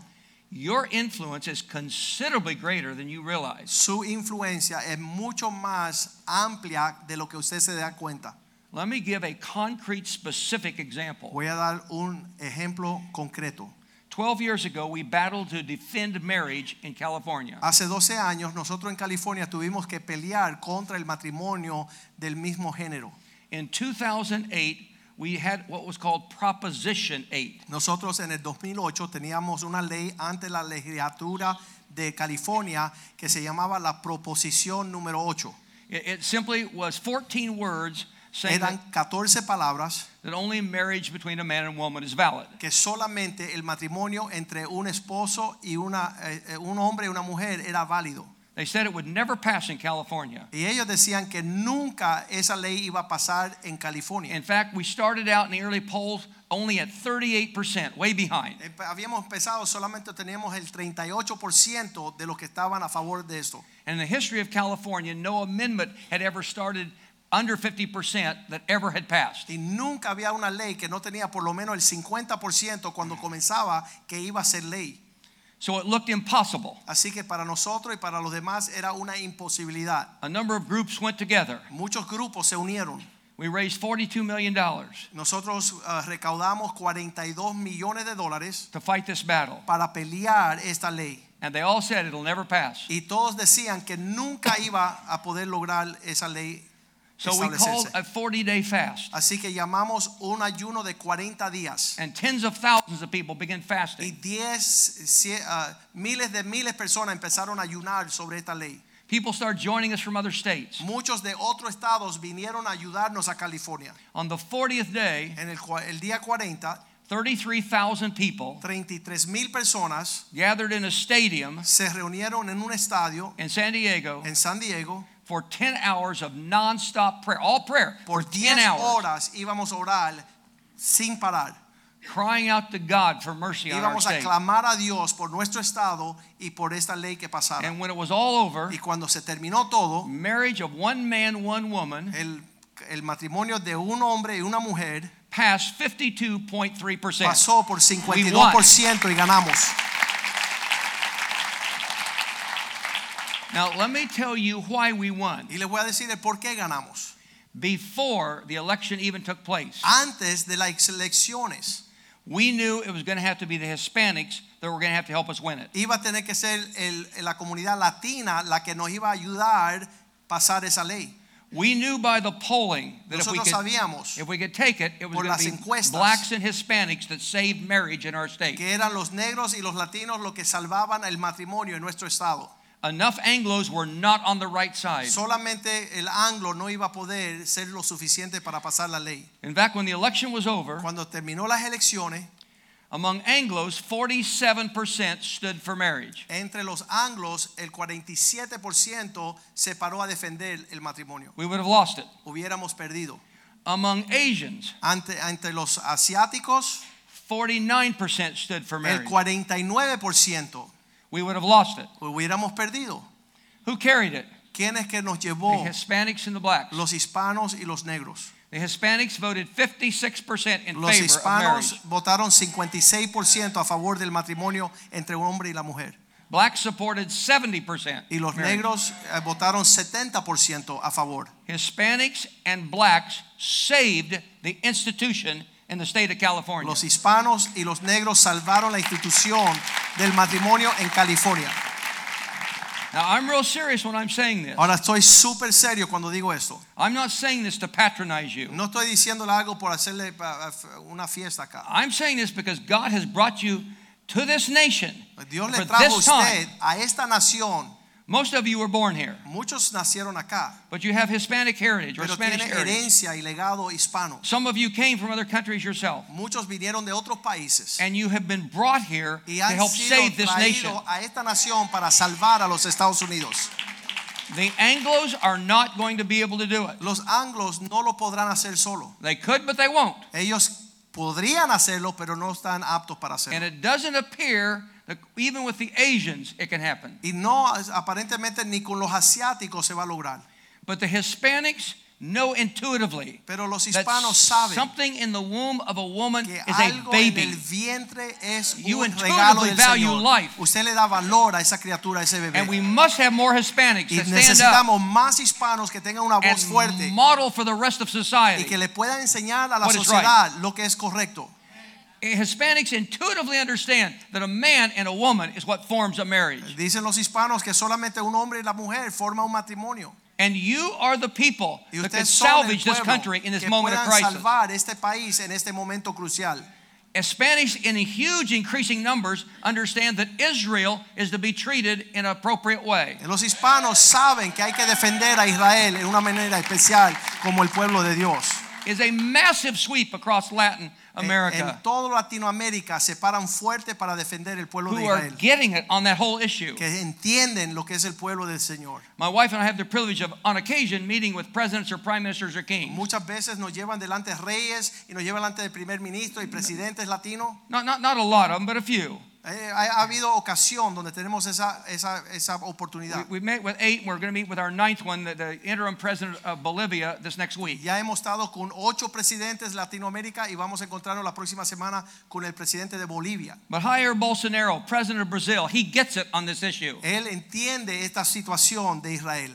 S3: your influence is considerably greater than you realize.
S1: su influencia es mucho más amplia de lo que usted se da cuenta.
S3: Let me give a concrete, specific example.
S1: Voy a dar un ejemplo concreto.
S3: 12 years ago, we battled to defend marriage in California.
S1: Hace 12 años nosotros en California tuvimos que pelear contra el matrimonio del mismo género.
S3: In 2008, we had what was called Proposition 8.
S1: Nosotros en el 2008 teníamos una ley ante la legislatura de California que se llamaba la proposición número 8.
S3: It, it simply was 14 words saying
S1: Eran
S3: that,
S1: 14 palabras
S3: that only marriage between a man and woman is valid.
S1: que solamente el matrimonio entre un esposo y una, eh, eh, un hombre y una mujer era válido.
S3: They said it would never pass in California.
S1: Y ellos decían que nunca esa ley iba a pasar en California.
S3: In fact, we started out in the early polls only at 38%, way behind.
S1: Empe- Eh, Habíamos empezado, solamente teníamos el 38% de los que estaban a favor de esto.
S3: And in the history of California, no amendment had ever started under 50% that ever had passed.
S1: Y nunca había una ley que no tenía por lo menos el 50% cuando comenzaba que iba a ser ley.
S3: So it looked impossible.
S1: Así que para nosotros y para los demás era una imposibilidad.
S3: A number of groups went together.
S1: Muchos grupos se unieron.
S3: We raised $42 million to
S1: Nosotros ah, recaudamos 42 millones de dólares
S3: fight this battle.
S1: para pelear esta ley.
S3: And they all said it'll never pass.
S1: Y todos decían que nunca iba a poder lograr esa ley.
S3: So we called
S1: establecerse.
S3: a 40 day fast.
S1: Así que llamamos un ayuno de 40 días.
S3: And tens of thousands of people began
S1: Y
S3: fasting.
S1: 10, cie- ah, miles de miles de personas empezaron a ayunar sobre esta ley.
S3: People started joining us from other states.
S1: Muchos de otros estados vinieron a ayudarnos a California.
S3: On the 40th day,
S1: En el, cua- el día 40,
S3: 33,000 people
S1: 33 mil personas
S3: gathered in a stadium
S1: se reunieron en un estadio
S3: in San Diego
S1: en San Diego.
S3: for 10 hours of nonstop prayer, all prayer,
S1: Por
S3: 10
S1: 10
S3: hours,
S1: horas íbamos a orar sin parar.
S3: crying out to God for mercy on our
S1: Íbamos a
S3: state.
S1: clamar a Dios por nuestro estado y por esta ley que pasara.
S3: And when it was all over,
S1: Y cuando se terminó todo,
S3: marriage of one man, one woman
S1: el, el matrimonio de un hombre y una mujer
S3: passed 52.3%.
S1: pasó por 52% y ganamos.
S3: Now, let me tell you why we won.
S1: Y les voy a decir el por qué ganamos.
S3: Before the election even took place,
S1: Ah. Antes de las elecciones,
S3: we knew it was going to have to be the Hispanics that were going to have to help us win it.
S1: iba a tener que ser el- la comunidad latina la que nos iba a ayudar a pasar esa ley.
S3: We knew by the polling that if we
S1: Nosotros
S3: could
S1: sabíamos
S3: If we could take it, it was
S1: Por
S3: going to
S1: las
S3: be
S1: encuestas.
S3: blacks and Hispanics that saved marriage in our state.
S1: que eran los negros y los latinos los que salvaban el matrimonio en nuestro estado.
S3: Enough Anglos were not on the right side.
S1: Solamente el anglo no iba a poder ser lo suficiente para pasar la ley.
S3: in fact, when the election was over,
S1: Cuando terminó las elecciones,
S3: among Anglos, 47% stood for marriage.
S1: entre los anglos el 47% se paró a defender el matrimonio.
S3: We would have lost it.
S1: Hubiéramos perdido.
S3: Among Asians,
S1: Ante, entre los asiáticos
S3: 49% stood for
S1: el
S3: marriage.
S1: 49%
S3: we would have lost it.
S1: hubiéramos perdido.
S3: Who carried it?
S1: ¿Quién es que nos
S3: The
S1: llevó?
S3: Hispanics and the blacks.
S1: Los hispanos y los negros.
S3: The Hispanics voted 56% in
S1: Los
S3: favor of marriage.
S1: hispanos votaron 56% a favor del matrimonio entre un hombre y la mujer.
S3: Blacks supported 70%.
S1: Y los
S3: marriage.
S1: negros eh, votaron 70% a favor.
S3: Hispanics and blacks saved the institution in the state of California.
S1: Los hispanos y los negros salvaron la institución del matrimonio en California.
S3: Now, I'm real serious when I'm saying this.
S1: Ahora estoy súper serio cuando digo esto.
S3: I'm not saying this to patronize you.
S1: No estoy diciéndole algo por hacerle pa- pa- una fiesta acá.
S3: I'm saying this because God has brought you to this nation
S1: Dios
S3: for
S1: le trajo a
S3: this time.
S1: usted a esta nación.
S3: Most of you were born here,
S1: Muchos nacieron acá,
S3: but you have Hispanic heritage or
S1: pero
S3: Spanish
S1: tiene
S3: heritage.
S1: herencia y legado hispano.
S3: Some of you came from other countries yourself,
S1: Muchos vinieron de otros países.
S3: and you have been brought here to
S1: y han
S3: help
S1: sido
S3: save this nation.
S1: traídos a esta nación para salvar a los Estados Unidos.
S3: The Anglos are not going to be able to do it.
S1: Los anglos no lo podrán hacer solo.
S3: They could, but they won't.
S1: Ellos podrían hacerlo, pero no están aptos para
S3: And
S1: hacerlo.
S3: it doesn't appear that even with the Asians it can happen.
S1: Y no, aparentemente ni con los asiáticos se va a lograr.
S3: But the Hispanics know intuitively
S1: Pero los
S3: that
S1: hispanos saben
S3: something in the womb of a woman
S1: que
S3: is a
S1: algo en el
S3: baby.
S1: vientre es
S3: You
S1: un
S3: intuitively
S1: regalo del
S3: value
S1: Señor.
S3: life.
S1: Usted le da valor a esa criatura, a ese
S3: And we
S1: bebé.
S3: must have more Hispanics
S1: Y
S3: that stand up
S1: necesitamos más hispanos que tengan una voz
S3: and
S1: fuerte
S3: model for the rest of
S1: y que
S3: society.
S1: le puedan enseñar a la
S3: What is right.
S1: sociedad lo que es correcto.
S3: Eh, Hispanics intuitively understand that a man and a woman is what forms a marriage.
S1: Dicen los hispanos que solamente un hombre y la mujer forman un matrimonio.
S3: And you are the people
S1: Y
S3: that can
S1: ustedes son el
S3: salvage this
S1: pueblo
S3: country in this
S1: que
S3: moment of
S1: puedan
S3: crisis.
S1: salvar este país en este momento crucial.
S3: Hispanics in huge increasing numbers understand that Israel is to be treated in an appropriate way.
S1: Los hispanos saben que hay que defender a Israel en una manera especial como el pueblo de Dios.
S3: Is a massive sweep across Latin
S1: En-
S3: America
S1: En toda Latinoamérica se paran fuerte para defender el pueblo de
S3: who are
S1: Israel,
S3: getting it on that whole issue.
S1: que entienden lo que es el pueblo del Señor.
S3: My wife and I have the privilege of, on occasion, meeting with presidents or prime ministers or kings.
S1: Muchas veces nos llevan delante de reyes y nos llevan delante del primer ministro y presidentes latinos.
S3: Not, not, not a lot of them, but a few.
S1: Eh, ha, ha habido ocasión donde tenemos esa, esa, esa oportunidad.
S3: We, we met with eight, and we're going to meet with our ninth one, the, the interim president of Bolivia, this next week.
S1: Ya hemos estado con ocho presidentes de Latinoamérica y vamos a encontrarnos la próxima semana con el presidente de Bolivia.
S3: But Jair Bolsonaro, president of Brazil, he gets it on this issue.
S1: Él entiende esta situación de Israel.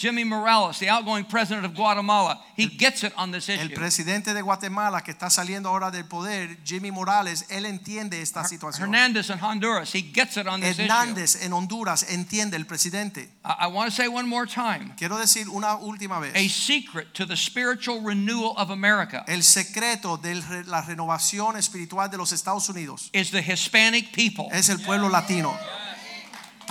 S3: Jimmy Morales, the outgoing president of Guatemala, he gets it on this
S1: El
S3: issue.
S1: presidente de Guatemala que está saliendo ahora del poder, Jimmy Morales, él entiende esta situación.
S3: Hernandez in Honduras, he gets it on this issue.
S1: Hernández en Honduras entiende el presidente.
S3: I, I want to say one more time
S1: Quiero decir una última vez.
S3: a secret to the spiritual renewal of America
S1: El secreto de la renovación espiritual de los Estados Unidos
S3: is the Hispanic people.
S1: es el pueblo latino.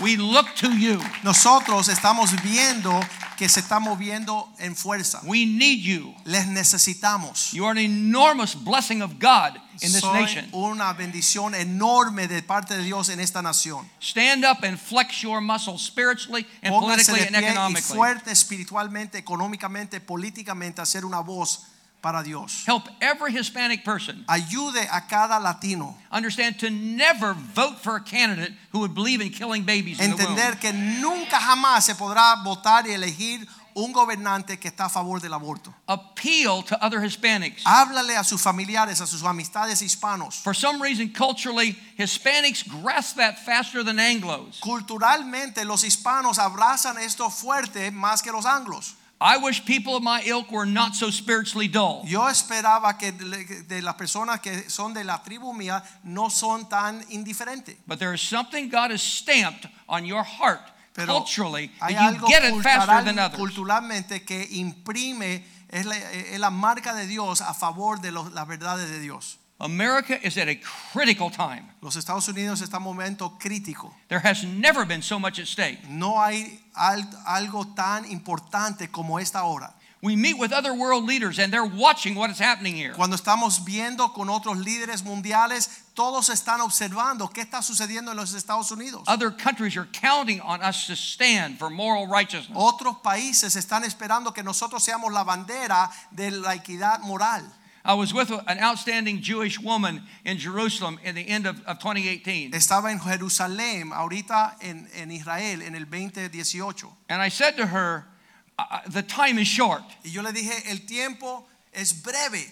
S3: We look to you.
S1: Nosotros estamos viendo que se está moviendo en fuerza.
S3: We need you.
S1: Les necesitamos.
S3: You are an enormous blessing of God in this
S1: Son
S3: nation.
S1: una bendición enorme de parte de Dios en esta nación.
S3: Stand up and flex your muscles spiritually and
S1: Pónganse
S3: politically
S1: de
S3: and
S1: pie y
S3: economically.
S1: fuerte espiritualmente, económicamente, políticamente, a ser una voz para Dios.
S3: Help every Hispanic person
S1: Ayude a cada latino
S3: understand to never vote for a candidate who would believe in killing babies in the womb.
S1: entender que nunca jamás se podrá votar y elegir un gobernante que está a favor del aborto.
S3: Appeal to other Hispanics.
S1: Háblale a sus familiares, a sus amistades hispanos.
S3: For some reason, culturally, Hispanics grasp that faster than Anglos.
S1: Culturalmente los hispanos abrazan esto fuerte más que los anglos.
S3: I wish people of my ilk were not so spiritually dull.
S1: Yo esperaba que le- de las personas que son de la tribu mía no son tan indiferentes.
S3: But there is something God has stamped on your heart
S1: Pero
S3: culturally
S1: hay
S3: that you
S1: algo
S3: get it faster than
S1: cultural-
S3: others.
S1: culturalmente que imprime, es la, es la marca de Dios a favor de los- las verdades de Dios.
S3: America is at a critical time.
S1: Los Estados Unidos está en un momento crítico.
S3: There has never been so much at stake.
S1: No hay al- algo tan importante como esta hora.
S3: We meet with other world leaders and they're watching what is happening here.
S1: Cuando estamos viendo con otros líderes mundiales, todos están observando qué está sucediendo en los Estados Unidos.
S3: Other countries are counting on us to stand for moral righteousness.
S1: Otros países están esperando que nosotros seamos la bandera de la equidad moral.
S3: I was with an outstanding Jewish woman in Jerusalem in the end of, of 2018.
S1: Estaba en Jerusalén, ahorita en, en Israel, en el 2018.
S3: And I said to her, "Uh, The time is short.
S1: Y yo le dije, el tiempo es breve.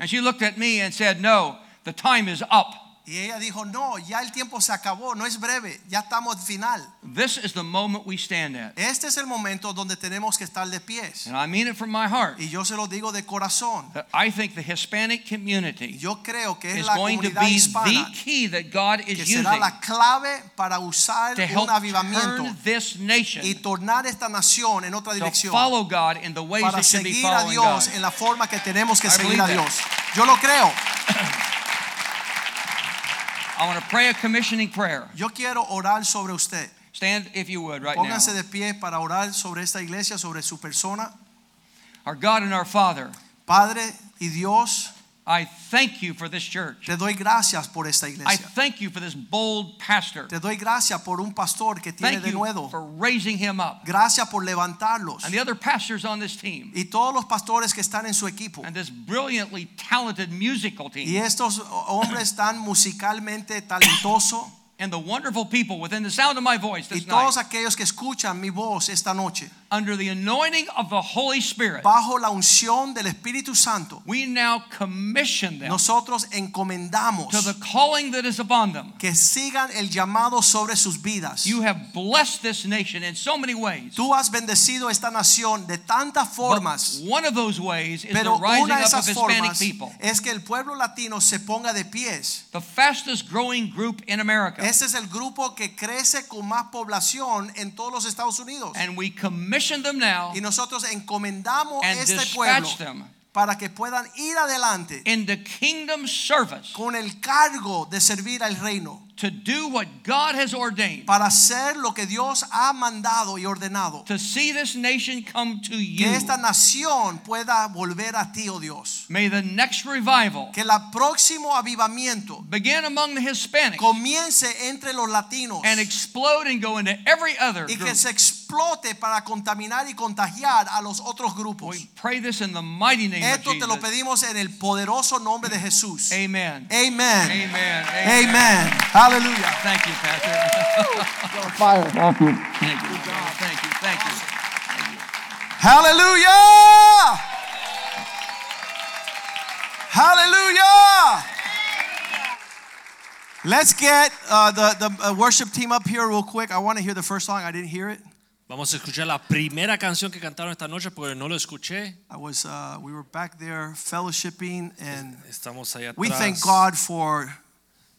S3: And she looked at me and said, No, the time is up.
S1: Y ella dijo, no, ya el tiempo se acabó, no es breve, ya estamos al final.
S3: This is the moment we stand at.
S1: Este es el momento donde tenemos que estar de pies.
S3: And I mean it from my heart
S1: Y yo se lo digo de corazón.
S3: that I think the Hispanic community
S1: Yo creo que es
S3: is
S1: la
S3: going to
S1: comunidad
S3: be the
S1: hispana
S3: key that God
S1: que
S3: is
S1: será
S3: using
S1: la clave para usar
S3: to
S1: un
S3: help
S1: avivamiento
S3: turn this
S1: y
S3: nation
S1: tornar esta nación en otra
S3: to
S1: dirección
S3: follow God in the ways
S1: para
S3: they should be
S1: seguir a
S3: following
S1: Dios
S3: God.
S1: en la forma que tenemos que
S3: I
S1: seguir a
S3: believe that.
S1: Dios. Yo lo creo.
S3: I want to pray a commissioning prayer.
S1: Yo quiero orar sobre usted.
S3: Stand if you would right now.
S1: Pónganse de pie para orar sobre esta iglesia, sobre su persona.
S3: Our God and our Father,
S1: Padre y Dios,
S3: I thank you for this church.
S1: te doy gracias por esta
S3: I
S1: iglesia.
S3: thank you for this bold pastor.
S1: Te doy gracias por un pastor que tiene
S3: Thank
S1: de
S3: you
S1: nuevo.
S3: for raising him up.
S1: Gracias por levantarlos.
S3: And the other pastors on this team.
S1: Y todos los pastores que están en su equipo.
S3: And this brilliantly talented musical
S1: Y
S3: team.
S1: estos hombres tan musicalmente talentosos.
S3: And the wonderful people within the sound of my voice
S1: Y
S3: this night.
S1: todos aquellos que escuchan mi voz esta noche.
S3: Under the anointing of the Holy Spirit,
S1: Bajo la unción del Espíritu Santo.
S3: we now commission them
S1: Nosotros encomendamos
S3: to the calling that is upon them.
S1: que sigan el llamado sobre sus vidas.
S3: You have blessed this nation in so many ways.
S1: Tú has bendecido esta nación de tantas
S3: But
S1: formas.
S3: one of those ways is the
S1: Pero
S3: rising
S1: una de
S3: up of
S1: esas
S3: Hispanic
S1: formas
S3: people,
S1: es que el pueblo latino se ponga de pies.
S3: the fastest growing group in America.
S1: Este es el grupo que crece con más población en todos los Estados Unidos.
S3: And we commission them now
S1: Y nosotros encomendamos
S3: and
S1: este pueblo
S3: dispatch them
S1: para que puedan ir adelante
S3: into kingdom service
S1: con el cargo de servir al reino,
S3: to do what God has ordained,
S1: para hacer lo que Dios ha mandado y ordenado.
S3: to see this nation come to you.
S1: Que esta nación pueda volver a ti, oh Dios.
S3: May the next revival
S1: Que el próximo avivamiento
S3: begin among the Hispanics
S1: comience entre los latinos
S3: and explode and go into every other
S1: y
S3: group.
S1: que se explote para contaminar y contagiar a los otros grupos.
S3: We pray this in the mighty name of
S1: Esto te lo
S3: Jesus.
S1: pedimos en el poderoso nombre de Jesús.
S3: Amen.
S1: Amen.
S3: Amen.
S1: Amen. Hallelujah.
S3: Thank you, Pastor.
S1: Fire.
S3: Thank you. Thank you. Thank you.
S1: Hallelujah. Hallelujah. Let's get uh, the, the uh, worship team up here real quick. I want to hear the first song. I didn't hear it.
S2: Vamos a escuchar la primera canción que cantaron esta noche porque no lo escuché.
S1: I was uh, we were back there fellowshipping, and
S2: Estamos allá atrás.
S1: we thank God for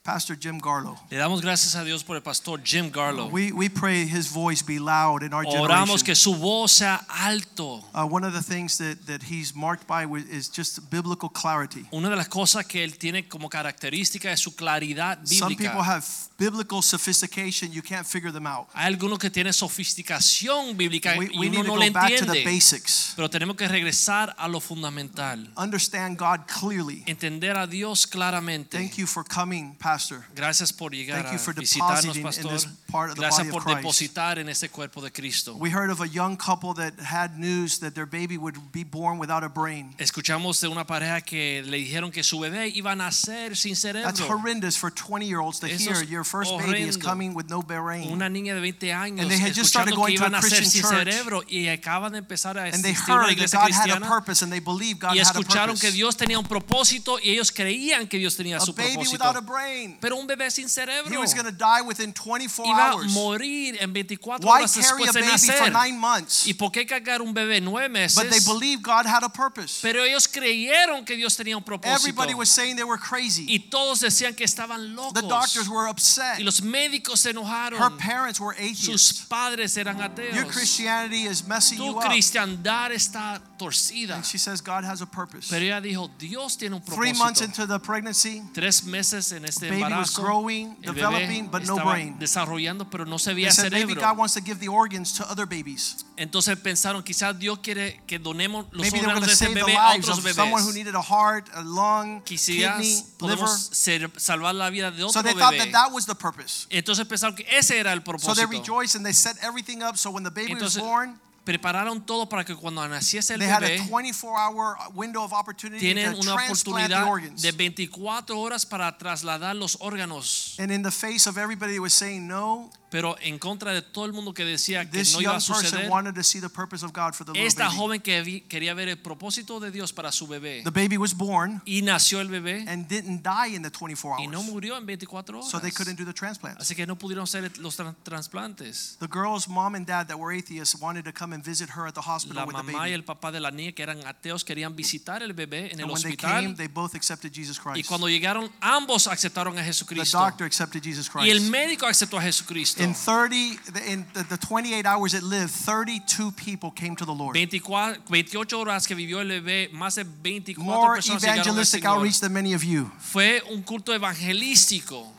S1: Pastor Jim Garlow.
S2: Le damos gracias a Dios por el pastor Jim Garlow.
S1: We we pray his voice be loud in our
S2: Oh. Oramos
S1: generation.
S2: que su voz sea alto.
S1: Uh, one of the things that, that he's marked by wi- is just biblical clarity.
S2: Una de las cosas que él tiene como característica es su claridad
S1: Some people
S2: bíblica.
S1: have biblical sophistication. You can't figure them out.
S2: Hay algunos que tienen sofisticación bíblica
S1: We,
S2: y
S1: we
S2: uno
S1: need to
S2: no le
S1: go back to the
S2: entiende.
S1: basics.
S2: Pero tenemos que regresar a lo fundamental.
S1: Understand God clearly.
S2: Entender a Dios claramente.
S1: Thank you for coming, Pastor.
S2: Gracias por llegar
S1: Thank you
S2: a
S1: for
S2: visitarnos,
S1: depositing in
S2: pastor.
S1: this part of the
S2: Gracias
S1: body of
S2: por
S1: Christ.
S2: depositar en este cuerpo de Cristo.
S1: We heard of a young couple that had news that their baby would be born without a brain.
S2: Escuchamos de una pareja que le dijeron que su bebé iba a nacer sin
S1: That's
S2: cerebro.
S1: horrendous for 20 year olds to
S2: Eso
S1: hear
S2: es
S1: your first baby is
S2: horrendo.
S1: coming with no brain.
S2: Una niña de 20 años
S1: And they had just started
S2: escuchando que
S1: going to
S2: iban
S1: a
S2: a nacer sin
S1: Christian church.
S2: cerebro y acaban de empezar a
S1: And they
S2: asistir a una
S1: heard that
S2: iglesia
S1: God had a
S2: cristiana
S1: purpose and they believed God
S2: y
S1: had a
S2: escucharon que
S1: purpose.
S2: Dios tenía un propósito y ellos creían que Dios tenía
S1: A
S2: su
S1: baby without a
S2: propósito.
S1: brain.
S2: Pero un bebé sin
S1: He
S2: cerebro
S1: was going to die within 24
S2: iba a
S1: hours.
S2: morir en 24
S1: Why
S2: horas
S1: carry a
S2: después de
S1: baby
S2: nacer.
S1: for nine months?
S2: ¿Y por qué cargar un bebé nueve
S1: But they
S2: meses?
S1: believed God had a purpose.
S2: Pero ellos creyeron que Dios tenía un propósito.
S1: Everybody was saying they were crazy.
S2: Y todos decían que estaban
S1: The doctors
S2: locos.
S1: were upset.
S2: Y los médicos se enojaron.
S1: Her parents were
S2: Sus
S1: atheists.
S2: padres eran
S1: Your
S2: ateos.
S1: Christianity is messing
S2: Tu
S1: you up.
S2: cristiandad está torcida.
S1: And she says God has a purpose.
S2: Pero ella dijo, Dios tiene un
S1: Three months
S2: propósito.
S1: into the pregnancy,
S2: Tres meses en este
S1: baby was
S2: embarazo,
S1: growing,
S2: el bebé
S1: developing, but no
S2: estaba
S1: brain.
S2: desarrollando, pero no se
S1: They
S2: veía
S1: said maybe
S2: cerebro.
S1: God wants to give the organs to other babies.
S2: Entonces pensaron, quizás Dios quiere que donemos los
S1: Maybe they were going
S2: órganos
S1: to
S2: de ese
S1: save the
S2: bebé a
S1: lives
S2: otros
S1: of someone who
S2: bebés.
S1: needed a heart, a lung, kidney,
S2: Quizás
S1: liver.
S2: podemos ser- salvar la vida de
S1: So
S2: otro
S1: they thought
S2: bebé.
S1: that that was the purpose.
S2: Entonces pensaron que ese era el
S1: So they
S2: propósito.
S1: rejoiced and they set everything up. So when the baby was
S2: Entonces
S1: born,
S2: prepararon todo para que cuando naciese el
S1: they had a
S2: bebé
S1: 24-hour window of opportunity
S2: tienen
S1: to
S2: una
S1: transplant the
S2: oportunidad
S1: organs.
S2: de 24 horas para trasladar los órganos.
S1: And in the face of everybody that was saying no,
S2: Pero en contra de todo el mundo que decía que
S1: this
S2: no iba
S1: young
S2: a
S1: person
S2: suceder,
S1: wanted to see the purpose of God for the little
S2: esta
S1: baby.
S2: joven que vi- quería ver el propósito de Dios para su bebé
S1: The baby was born
S2: y nació el bebé
S1: and didn't die in the 24
S2: y no
S1: hours.
S2: murió en 24 horas.
S1: So they couldn't do the transplant.
S2: Así que no pudieron hacer los tran- trasplantes.
S1: The girl's mom and dad that were atheists wanted to come and visit her at the hospital
S2: La
S1: with the
S2: mamá y
S1: baby.
S2: el papá de la niña que eran ateos querían visitar el bebé en el
S1: And when they
S2: hospital
S1: came, they both accepted Jesus
S2: Y
S1: Christ.
S2: cuando llegaron, ambos aceptaron a
S1: The
S2: Jesucristo.
S1: doctor accepted Jesus
S2: Y el
S1: Christ.
S2: médico aceptó a Jesucristo.
S1: In 30, the- in the, the 28 hours it lived, 32 people came to the Lord.
S2: 24, 28 horas que vivió el bebé, más de 24
S1: More
S2: personas llegaron al
S1: evangelistic
S2: Señor.
S1: outreach than many of you.
S2: Fue un culto evangelístico.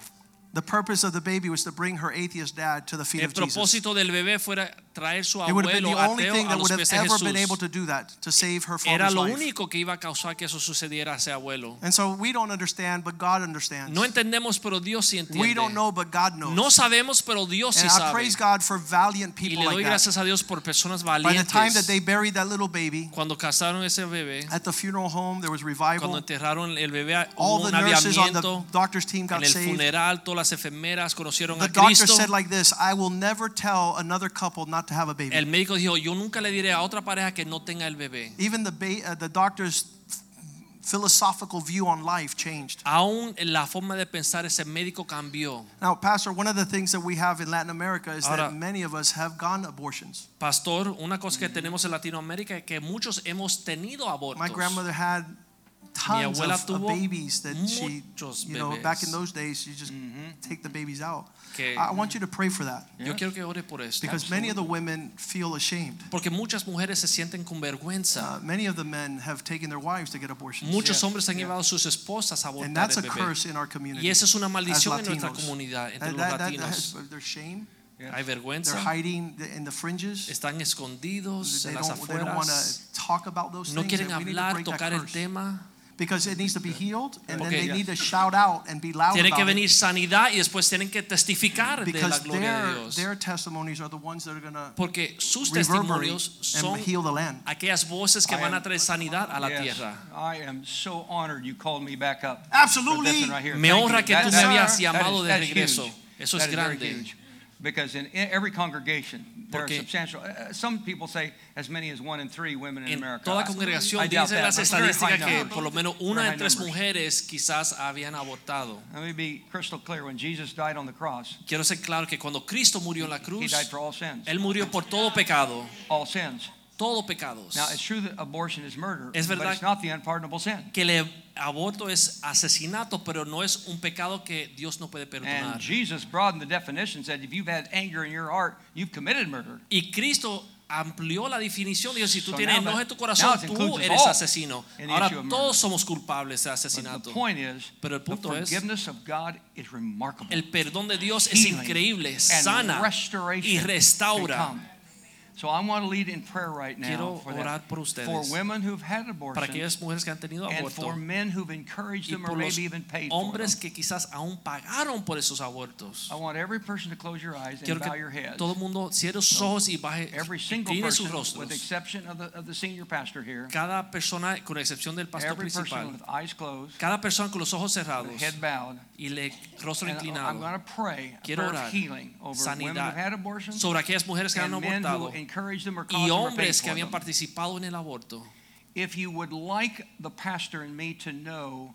S1: The purpose of the baby was to bring her atheist dad to the feet
S2: El
S1: of Jesus.
S2: propósito del bebé fuera traer su
S1: It would have been the
S2: abuelo
S1: only
S2: ateo
S1: thing
S2: a
S1: that
S2: los
S1: would have
S2: pies de
S1: ever been able
S2: Jesús.
S1: to do that to save her
S2: Era
S1: father's
S2: lo
S1: life.
S2: único que iba a causar que eso sucediera a ese abuelo.
S1: And so we don't understand, but God understands.
S2: No entendemos, pero Dios sí
S1: we
S2: entiende.
S1: don't know, but God knows.
S2: No sabemos, pero Dios sí
S1: and I
S2: sabe.
S1: praise God for valiant
S2: Y
S1: people
S2: le doy
S1: like that.
S2: gracias a Dios por personas
S1: By the time that
S2: valientes.
S1: they buried that little baby
S2: Cuando casaron ese bebé,
S1: at the funeral home, there was
S2: cuando
S1: revival.
S2: enterraron el bebé
S1: All
S2: hubo
S1: the
S2: un
S1: nurses on the
S2: aviamiento
S1: doctor's team
S2: en
S1: got
S2: el
S1: saved.
S2: funeral todas las enfermeras conocieron
S1: The
S2: a
S1: doctor
S2: Cristo
S1: said like this, I will never tell another couple not to have a baby.
S2: el médico dijo yo nunca le diré a otra pareja que no tenga el bebé
S1: Even the, ba- uh, the doctor's philosophical view on life changed.
S2: aún la forma de pensar ese médico cambió
S1: Now, Pastor, one of the things that we have in Latin America is
S2: Ahora-
S1: that many of us have gone abortions.
S2: pastor una cosa que tenemos en Latinoamérica es que muchos hemos tenido
S1: My
S2: abortos
S1: grandmother had tons
S2: abuela
S1: of, of
S2: tuvo
S1: babies that she,
S2: muchos
S1: you know,
S2: bebés. Mm-hmm.
S1: back in those days, you just take the babies out.
S2: Que-
S1: I I want you to pray for that
S2: yo quiero que ore por esto
S1: because many of the women feel ashamed.
S2: porque muchas mujeres se sienten con vergüenza
S1: Uh, many of the men have taken their wives to get abortions.
S2: muchos
S3: Yeah.
S2: hombres han llevado a sus esposas a
S1: And
S2: abortar
S1: that's a
S2: el bebé
S1: curse in our community.
S2: y esa es una
S1: as
S2: maldición en nuestra
S1: Latinos.
S2: comunidad entre
S1: That-
S2: los
S1: that- that- that
S2: latinos
S1: has- their shame,
S2: hay
S1: they're
S2: vergüenza
S1: hiding the- in the fringes.
S2: están escondidos
S1: They
S2: en las
S1: don't, want
S2: afueras
S1: to talk about those
S2: no
S1: things.
S2: quieren
S1: and we need to
S2: hablar,
S1: break that
S2: tocar el
S1: curse.
S2: tema,
S1: because it needs to be healed, and then
S2: Okay,
S1: they
S2: yeah.
S1: need to shout out and be loud
S2: Tiene que
S1: about it,
S2: venir sanidad y después tienen que testificar de la
S1: because
S2: gloria de
S1: their,
S2: Dios.
S1: their testimonies are the ones that are going to
S2: Porque sus
S1: reverberate
S2: testimonios
S1: and
S2: son
S1: heal the land.
S2: aquellas voces que
S3: I
S2: van a
S3: am-
S2: traer sanidad a la
S3: Yes,
S2: tierra.
S3: I am so honored you called me back up. for
S1: Absolutely.
S3: this one right here.
S2: Me
S3: Thank
S2: honra
S3: you.
S2: que
S3: That-
S2: tú me
S3: that-
S2: habías
S3: that is-
S2: llamado de
S3: that is
S2: regreso.
S3: huge.
S2: Eso es
S3: That is very
S2: grande.
S3: huge. Because in in every congregation, there are
S2: Porque-
S3: substantial, uh, some people say as many as one in three women in
S2: En
S3: America.
S2: toda
S3: I-
S2: congregación
S3: I doubt
S2: dicen
S3: that,
S2: las
S3: but it's very high
S2: estadísticas que
S3: numbers.
S2: por lo menos una
S3: Very
S2: de tres
S3: high numbers.
S2: mujeres quizás habían abortado.
S3: Let me be crystal clear. When Jesus died on the cross,
S2: Quiero ser claro que cuando Cristo murió en la
S3: he
S2: cruz,
S3: died for all sins.
S2: Él murió por todo pecado,
S3: All sins.
S2: todo pecados.
S3: Now, it's true that abortion is murder,
S2: Es
S3: but
S2: verdad-
S3: it's not the unpardonable sin.
S2: Que el aborto es asesinato, pero no es un pecado que Dios no puede
S3: And
S2: perdonar.
S3: Jesus broadened the definition, said, if you've had anger in your heart, you've committed murder.
S2: Y Cristo amplió la definición. Dijo, si tú
S3: So
S2: tienes
S3: now that-
S2: enojo en tu
S3: now
S2: corazón,
S3: it
S2: tú
S3: includes us
S2: eres
S3: all
S2: asesino.
S3: in the
S2: Ahora
S3: issue of murder.
S2: todos somos culpables de
S3: But the
S2: asesinato.
S3: point is,
S2: Pero el
S3: the
S2: punto es-
S3: forgiveness of God is remarkable.
S2: El perdón de Dios es
S3: Healing
S2: increíble,
S3: and
S2: sana
S3: restoration
S2: y
S3: can
S2: restaura.
S3: come. So I want to lead in prayer right now
S2: Quiero
S3: for,
S2: orar
S3: that,
S2: por
S3: for
S2: ustedes.
S3: women who've had
S2: Para
S3: abortion
S2: aquellas mujeres que han tenido
S3: and for
S2: aborto
S3: men who've encouraged
S2: y
S3: them or
S2: por los
S3: maybe even paid for them.
S2: hombres que quizás aún pagaron por esos abortos.
S3: I want every person to close your eyes and
S2: Quiero
S3: bow your
S2: que
S3: heads.
S2: todo el mundo cierre sus ojos y baje,
S3: Every single
S2: incline sus
S3: person, with the
S2: rostros.
S3: exception of the, of the senior pastor here,
S2: Cada persona, con excepción del pastor
S3: every person
S2: principal,
S3: with eyes closed,
S2: cada persona con los ojos cerrados
S3: with head bowed,
S2: y el rostro
S3: and I'm
S2: inclinado
S3: going to pray a
S2: Quiero
S3: prayer of
S2: orar
S3: healing over women
S2: sanidad
S3: who've had abortion
S2: sobre aquellas mujeres que han
S3: and men who
S2: abortado
S3: encouraged them or caused
S2: y
S3: them or paid
S2: hombres que
S3: for
S2: habían
S3: them.
S2: participado en el aborto.
S3: If you would like the pastor and me to know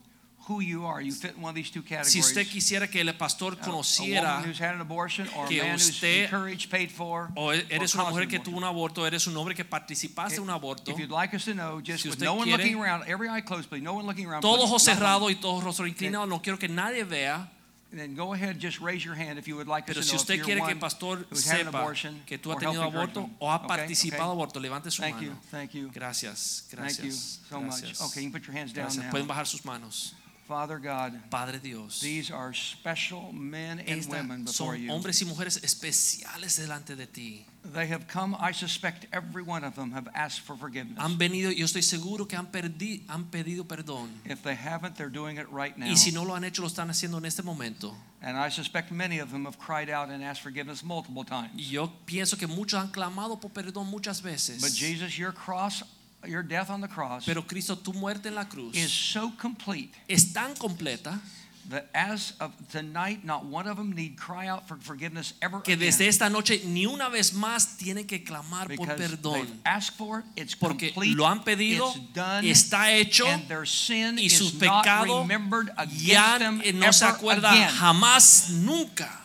S3: who you are, you fit in one of these two
S2: Si
S3: categories.
S2: usted quisiera que el pastor
S3: a woman
S2: conociera
S3: who's had an abortion or a
S2: que
S3: man who's
S2: usted-
S3: encouraged, paid for,
S2: o e-,
S3: or
S2: eres una
S3: caused
S2: mujer
S3: an
S2: que
S3: abortion.
S2: tuvo un aborto, eres un hombre que participaste en un aborto,
S3: Eh, If you'd like us to know, just
S2: Si
S3: with
S2: usted
S3: no one
S2: quiere-
S3: looking around, every eye closed, please, no one looking around.
S2: todos
S3: please,
S2: ojos
S3: not one.
S2: cerrados y todos rostros inclinados, no quiero que nadie vea,
S3: Then go ahead, just raise your hand if you would like us
S2: pero
S3: to
S2: si
S3: know
S2: usted
S3: if
S2: quiere
S3: you're
S2: que
S3: one
S2: el pastor
S3: who's had an
S2: sepa
S3: abortion
S2: que tú has
S3: or health
S2: tenido aborto
S3: encouragement.
S2: o has
S3: Okay,
S2: participado
S3: okay.
S2: aborto, levante su
S3: Thank you,
S2: mano.
S3: thank you,
S2: Gracias,
S3: thank you
S2: gracias,
S3: so much.
S2: gracias.
S3: Okay, you can put your hands down
S2: Gracias. Pueden
S3: now.
S2: bajar sus manos.
S3: Father God,
S2: Padre Dios,
S3: these are special men and
S2: esta-
S3: women before
S2: son
S3: you.
S2: hombres y mujeres especiales delante de ti.
S3: They have come, I suspect every one of them have asked for forgiveness.
S2: Han venido, yo estoy seguro que han, perdi- han pedido perdón.
S3: If they haven't, they're doing it right now.
S2: Y si no lo han hecho, lo están haciendo en este momento.
S3: And I suspect many of them have cried out and asked forgiveness multiple
S2: Y
S3: times.
S2: yo pienso que muchos han clamado por perdón muchas veces.
S3: But Jesus, your cross, your death on the cross
S2: Pero Cristo, tu muerte en la cruz
S3: is so complete
S2: es tan completa
S3: that as of tonight, not one of them need cry out for forgiveness ever
S2: que desde
S3: again.
S2: esta noche ni una vez más tienen que clamar por
S3: Because they've
S2: perdón.
S3: asked for it, it's
S2: Porque
S3: complete,
S2: lo han pedido,
S3: it's done,
S2: está hecho
S3: and their sin
S2: y su
S3: is not
S2: pecado
S3: remembered
S2: ya
S3: against them
S2: no se
S3: ever
S2: acuerda
S3: again.
S2: jamás, nunca.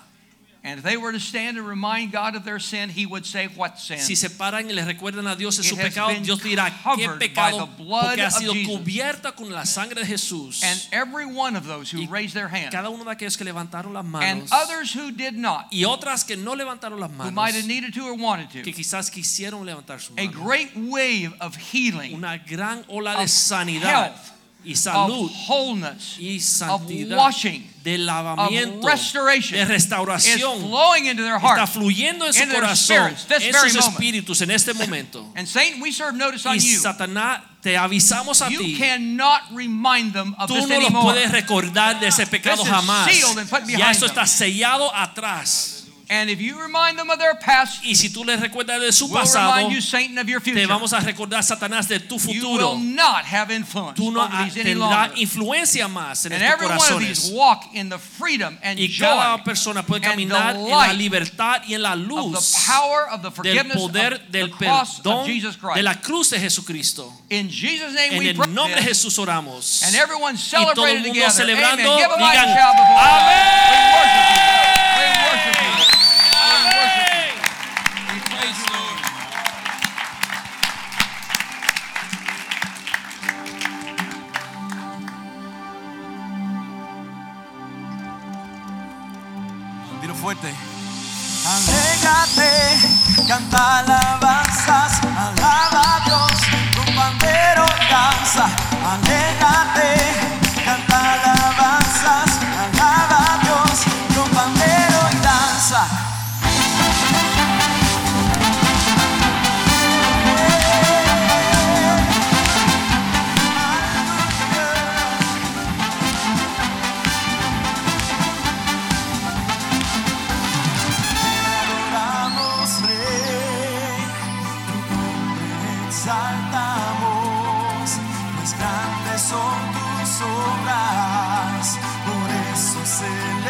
S3: And if they were to stand and remind God of their sin, He would say, What sin?
S2: Si se paran y les recuerdan a Dios de
S3: It
S2: su
S3: has
S2: pecado,
S3: been
S2: Dios dirá qué
S3: covered by
S2: pecado
S3: the blood
S2: porque ha
S3: of
S2: sido
S3: Jesus.
S2: cubierta con la sangre de Jesús.
S3: And every one of those who
S2: Y
S3: raised their hand,
S2: Cada uno de aquellos que levantaron las
S3: and
S2: manos
S3: others who did not,
S2: y otras que no levantaron las
S3: who might
S2: manos,
S3: have needed to or wanted
S2: que
S3: to,
S2: quizás quisieron levantar su
S3: a
S2: mano.
S3: great wave of healing,
S2: Una gran ola de
S3: of
S2: sanidad y
S3: of
S2: salud
S3: wholeness,
S2: y
S3: of
S2: santidad,
S3: washing,
S2: de
S3: of
S2: lavamiento,
S3: restoration
S2: de
S3: is
S2: restauración,
S3: flowing into their
S2: está
S3: hearts.
S2: fluyendo en su
S3: into their
S2: corazón,
S3: spirits this
S2: en
S3: very
S2: sus
S3: moment.
S2: espíritus en este momento.
S3: And Satan, we serve notice on
S2: Y
S3: you.
S2: Satanás, te avisamos a
S3: You
S2: ti.
S3: cannot remind them of
S2: Tú
S3: this
S2: no los
S3: anymore.
S2: puedes recordar de ese pecado
S3: This is
S2: jamás.
S3: sealed and put
S2: Ya
S3: behind
S2: eso
S3: them.
S2: está sellado atrás.
S3: And if you remind them of their past,
S2: Y si tú les recuerdas de su
S3: we'll remind
S2: pasado,
S3: you, Satan, of your
S2: te
S3: future.
S2: vamos a recordar, Satanás, de tu
S3: You will
S2: futuro.
S3: not have influence
S2: Tú no
S3: over these any
S2: tendrás
S3: longer.
S2: ah, influencia más en
S3: And
S2: estos
S3: every one of these
S2: corazones.
S3: walk in the freedom and
S2: Y
S3: joy
S2: cada persona puede
S3: and
S2: caminar
S3: the
S2: en la
S3: light
S2: libertad y en la
S3: of
S2: luz
S3: the power of the
S2: del
S3: forgiveness
S2: poder
S3: of
S2: del
S3: the cross of
S2: perdón
S3: Jesus
S2: de
S3: Christ.
S2: la cruz de Jesucristo.
S3: in Jesus' name
S2: En
S3: we
S2: el
S3: pray.
S2: nombre de
S3: this.
S2: Jesús oramos.
S3: And everyone
S2: Y todo el
S3: celebrated
S2: mundo
S3: together. Amen.
S2: celebrando,
S3: Give a mighty
S2: digan,
S3: shout before God. We worship
S2: ¡Amén!
S3: you. We worship you.
S2: ¡Amén!
S3: We worship you. We praise you, Lord.
S1: Dilo fuerte.
S4: Alégrate, canta alabanzas, alaba a Dios, tu pandero danza. Alégrate, canta alabanzas, alaba a Dios, tu pandero y danza. Aleluya. pues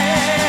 S4: eh. eh.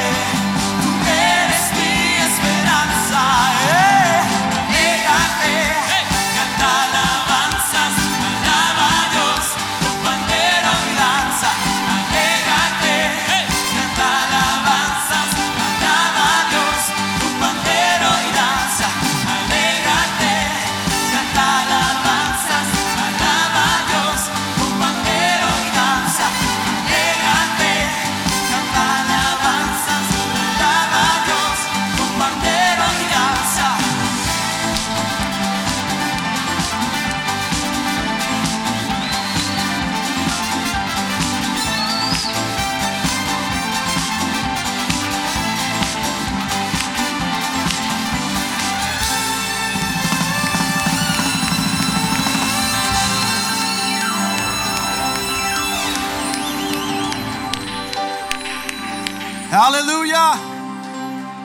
S1: Hallelujah.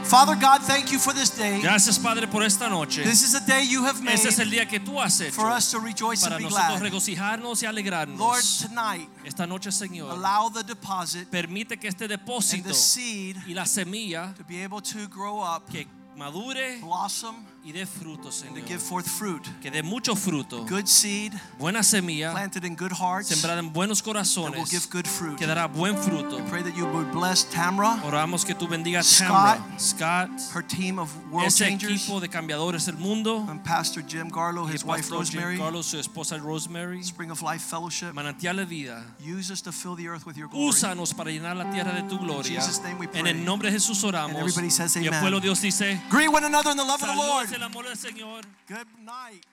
S1: Father God, thank you for this day.
S2: Gracias Padre por esta noche.
S1: This is the day you have made
S2: Este es el día que tú has hecho
S1: for us to rejoice
S2: para
S1: and be
S2: nosotros
S1: glad.
S2: regocijarnos y
S1: Lord,
S2: alegrarnos.
S1: tonight,
S2: Esta noche, Señor,
S1: allow the deposit
S2: permite que este
S1: and
S2: depósito
S1: the seed
S2: y la semilla
S1: to be able to grow up,
S2: que madure
S1: blossom,
S2: y dé fruto,
S1: and to
S2: Señor.
S1: give forth fruit.
S2: Que dé mucho fruto,
S1: Good seed
S2: buena semilla,
S1: planted in good hearts that
S2: sembrada en buenos
S1: will give
S2: corazones,
S1: good fruit.
S2: que dará buen fruto.
S1: Pray that you would bless Tamra,
S2: Oramos que tú bendigas
S1: Scott,
S2: Tamra, Scott,
S1: her team of world
S2: ese
S1: changers,
S2: equipo de cambiadores del mundo,
S1: and Pastor Jim Garlow,
S2: y
S1: his
S2: el
S1: wife
S2: pastor Jim
S1: Rosemary,
S2: Carlos, su esposa Rosemary,
S1: Spring of Life Fellowship.
S2: manantial de vida.
S1: Use us to fill the earth with your glory.
S2: Úsanos para llenar la tierra de tu gloria.
S1: Jesus' name we
S2: En
S1: pray.
S2: el nombre de Jesús
S1: And
S2: oramos.
S1: everybody says
S2: Y el
S1: amen.
S2: pueblo de Dios dice,
S1: Greet one another in the love of the
S2: saludos
S1: Lord.
S2: el amor del Señor.
S1: Good night.